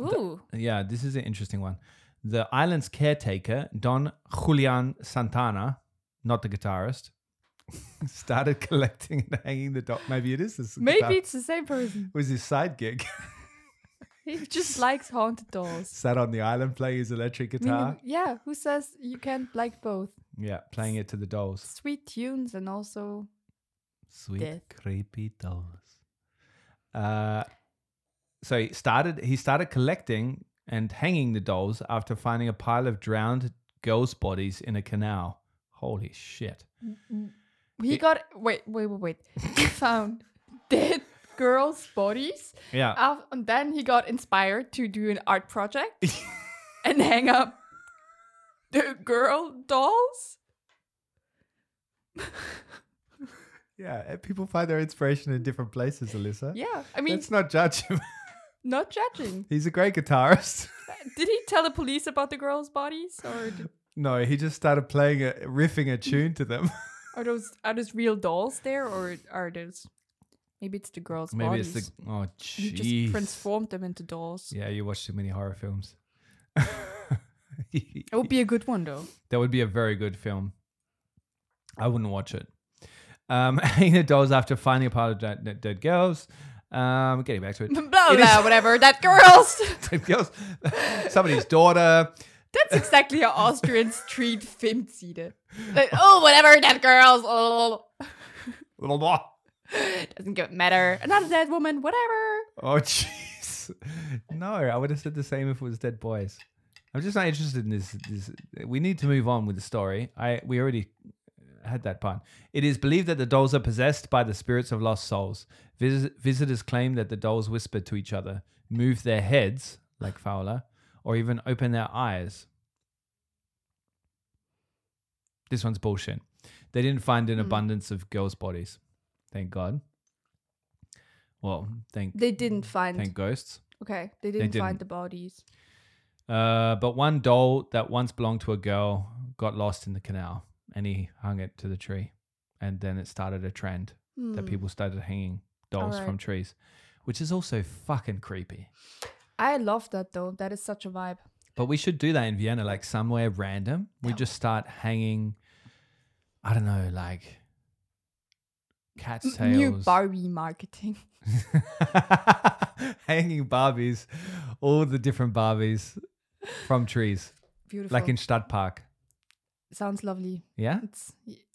A: Ooh,
E: Yeah, this is an interesting one. The island's caretaker, Don Julian Santana, not the guitarist, (laughs) started collecting and hanging the doll. Maybe it is this.
A: maybe it's the same person.
E: it was his side gig. (laughs)
A: He just likes haunted dolls.
E: Sat on the island playing his electric
A: I mean,
E: guitar.
A: yeah, who says you can't like both
E: Yeah, playing it to the dolls.
A: sweet tunes and also
E: Sweet
A: Death.
E: creepy dolls. Uh, so he started. He started collecting and hanging the dolls after finding a pile of drowned girls' bodies in a canal. Holy shit!
A: he
E: It-
A: got wait wait wait wait.
E: (laughs)
A: He found dead girls' bodies,
E: Yeah,
A: af- and then he got inspired to do an art
E: (laughs)
A: project and hang up the girl dolls.
E: yeah. and People find their inspiration in different places, Alyssa.
A: Yeah, I mean,
E: Let's not judge him. (laughs)
A: not judging.
E: He's a great guitarist. (laughs)
A: Did he tell the police about the girls' bodies, or did,
E: No, he just started playing a riffing a tune to them.
A: are those are those real dolls there, or are those? Maybe it's the girls'
E: Maybe
A: bodies.
E: it's the oh
A: he
E: jeez.
A: just transformed them into dolls.
E: Yeah, you watch too many horror films.
A: It would be a good one
E: (laughs)
A: though.
E: That would be a very good film. I wouldn't watch it. Um, (laughs) Hanging the Dolls after finding a pile of dead, dead- dead girls. Um, getting back
A: (laughs)
E: to it.
A: blah blah, whatever. That girls. (laughs)
E: Dead girls. (laughs) Somebody's daughter.
A: That's exactly how Austrians treat Filmziele. Like, oh, whatever, dead girls. Oh,
E: Blah, blah.
A: doesn't get matter. Another dead woman, whatever.
E: Oh, (laughs) jeez. No, I would have said the same if it was dead boys. I'm just not interested in this. this we need to move on with the story. I we already had that part. It is believed that the dolls are possessed by the spirits of lost souls. Vis- visitors claim that the dolls whisper to each other, move their heads like Fowler, or even open their eyes. This one's bullshit. They didn't find an abundance of girls' bodies. Thank God. Well, thank
A: They didn't find.
E: Thank ghosts.
A: okay, they didn't,
E: didn't.
A: find the bodies.
E: Uh, but one doll that once belonged to a girl got lost in the canal and he hung it to the tree. And then it started a trend that
A: Hmm.
E: people started hanging dolls
A: Alright.
E: from trees, which is also fucking creepy.
A: I love that though. That is such a vibe.
E: But we should do that in Vienna, like somewhere random. We just start hanging, I don't know, like cat's
A: M- New
E: tails.
A: Barbie marketing. (laughs)
E: (laughs) hanging Barbies, all the different Barbies from trees,
A: Beautiful.
E: like in Stadtpark.
A: Sounds lovely.
E: Yeah?
A: It's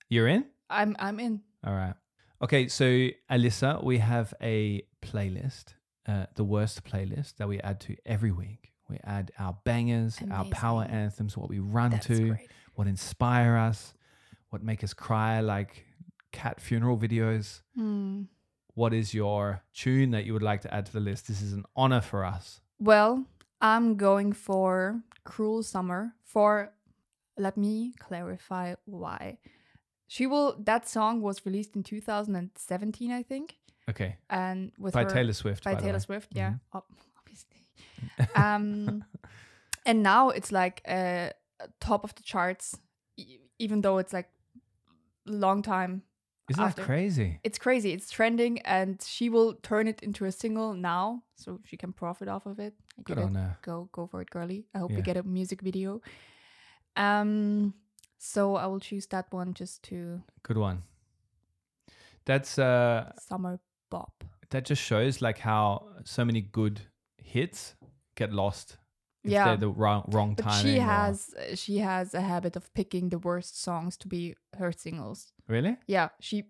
E: You're in?
A: I'm I'm in.
E: All right. Okay, so Alyssa, we have a playlist, uh, the worst playlist that we add to every week. We add our bangers, our power
A: Amazing.
E: anthems, what we run
A: That's
E: to,
A: great.
E: what inspire us, what make us cry like cat funeral videos.
A: Hmm.
E: What is your tune that you would like to add to the list? This is an honor for us.
A: Well, I'm going for Cruel Summer for let me clarify why. She will that song was released in 2017, I think.
E: Okay.
A: And with
E: By
A: her,
E: Taylor Swift.
A: by
E: the
A: Taylor
E: way. Mm-hmm.
A: Swift, yeah, ob- obviously.
E: (laughs)
A: um, and now it's like uh, top of the charts, e- even though it's like long time.
E: Isn't
A: after.
E: that crazy?
A: It's crazy. It's trending, and she will turn it into a single now, so she can profit off of it. I
E: Good
A: get it.
E: on her.
A: Go, go for it, girly. I hope we
E: Yeah.
A: get a music video. Um, so I will choose that one just to
E: Good one. That's uh
A: summer bop.
E: that just shows like how so many good hits get lost if
A: Yeah.
E: they're the wrong wrong
A: But
E: timing.
A: she
E: or-
A: has uh, she has a habit of picking the worst songs to be her singles.
E: really
A: Yeah, she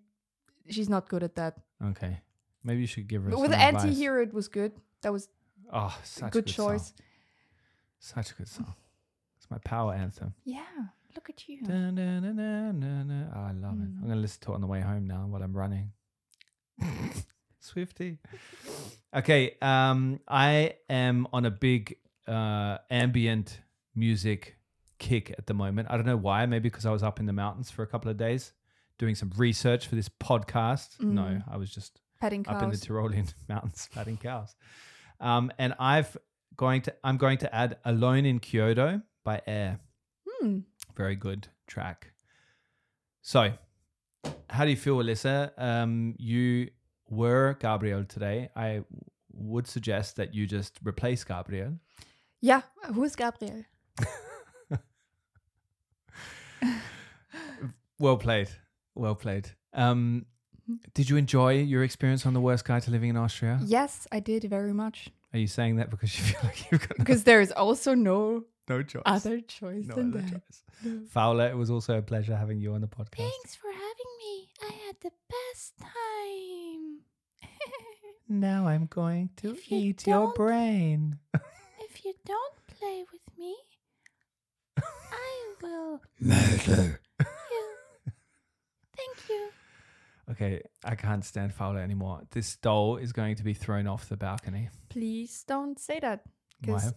A: she's not good at that.
E: okay. Maybe you should give her
A: But
E: some
A: with
E: advice.
A: anti-hero, it was good. That was
E: Oh, such
A: a
E: a
A: good, choice.
E: Song. Such a good song. It's my power anthem.
A: Yeah, look at you.
E: Dun, dun, dun, dun, dun, dun. Oh, I love it. I'm
A: Mm.
E: gonna listen to it on the way home now while I'm running. (laughs) Swifty. Okay, um, I am on a big uh, ambient music kick at the moment. I don't know why. Maybe because I was up in the mountains for a couple of days doing some research for this podcast. No,
A: Mm.
E: I was just
A: Petting
E: up in (laughs) the
A: cows.
E: Tyrolean mountains fatting cows. Um, and I've going to I'm going to add "Alone in Kyoto" by Air.
A: Hmm.
E: Very good track. So, how do you feel, Alyssa? Um, you were Gabriel today. I would suggest that you just replace Gabriel.
A: Yeah, who is Gabriel?
E: Well played. Well played. Um,
A: Mm-hmm.
E: did you enjoy your experience on the worst guide to living in Austria?
A: Yes, I did very much
E: Are you saying that because you feel like you've got
A: because there is also no
E: no choice?
A: other choice
E: no
A: than
E: other
A: that.
E: choice. Fowler, it was also a pleasure having you on the podcast.
G: Thanks for having me. I had the best time.
E: Now I'm going to
G: If you don't-
E: brain.
G: If you don't play with me, I will. Thank you.
E: (laughs) Okay, I can't stand Fowler anymore. This doll is going to be thrown off the balcony.
A: Please don't say that
E: Why?
A: because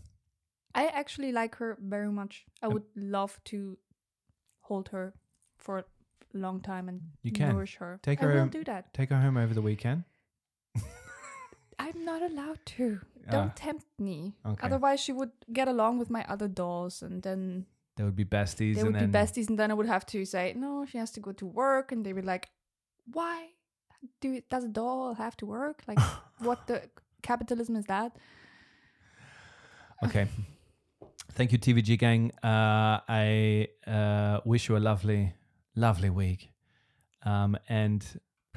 A: I actually like her very much. I would love to hold her for a long time and
E: You can.
A: nourish her.
E: Take
A: I
E: her
A: will
E: home-
A: do that.
E: Take her home over the weekend.
A: I'm not allowed to.
E: Ah.
A: Don't tempt me.
E: Okay.
A: Otherwise, she would get along with my other dolls, and then
E: There would be besties
A: they
E: and
A: would be
E: then
A: besties, and then I would have to say, "No, she has to go to work," and they'd be like, "Why do does a doll have to work?
E: (laughs)
A: Like, what the capitalism is that?"
E: (laughs) Okay. Thank you, TVG gang. Uh, I uh, wish you a lovely, lovely week. Um, and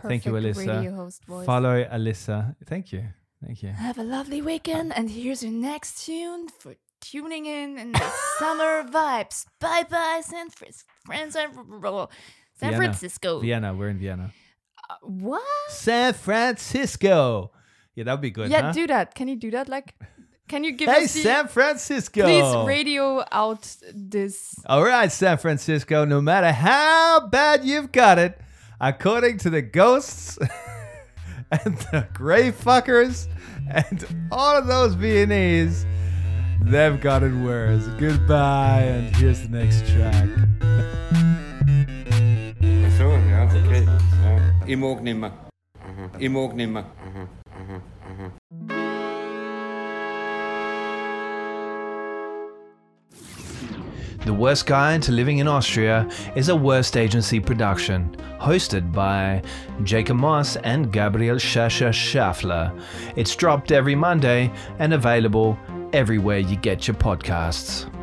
E: Thank you, Alyssa.
A: Radio host voice.
E: follow Alyssa. Thank you. Thank you.
A: Have a lovely weekend, and here's your next tune for tuning in and the summer
E: (laughs)
A: vibes. Bye bye, San Francisco. San
E: Vienna.
A: Francisco.
E: Vienna, we're in Vienna.
A: Uh, What?
E: San Francisco. Yeah, that would be good.
A: yeah,
E: huh?
A: do that. Can you do that? Like, can you give
E: Hey,
A: us the-
E: San Francisco.
A: please radio out this?
E: All right, San Francisco, no matter how bad you've got it, according to the ghosts (laughs) and the gray fuckers and all of those Viennese, they've got it worse. Goodbye, and here's the next track.
I: Ach so, ja, okay. Ja. Ich mag nicht mehr. Ich mag nicht mehr.
H: The Worst Guide to Living in Austria is a Worst Agency production, hosted by Jacob Moss and Gabriel Shasha Schaffler. It's dropped every Monday and available everywhere you get your podcasts.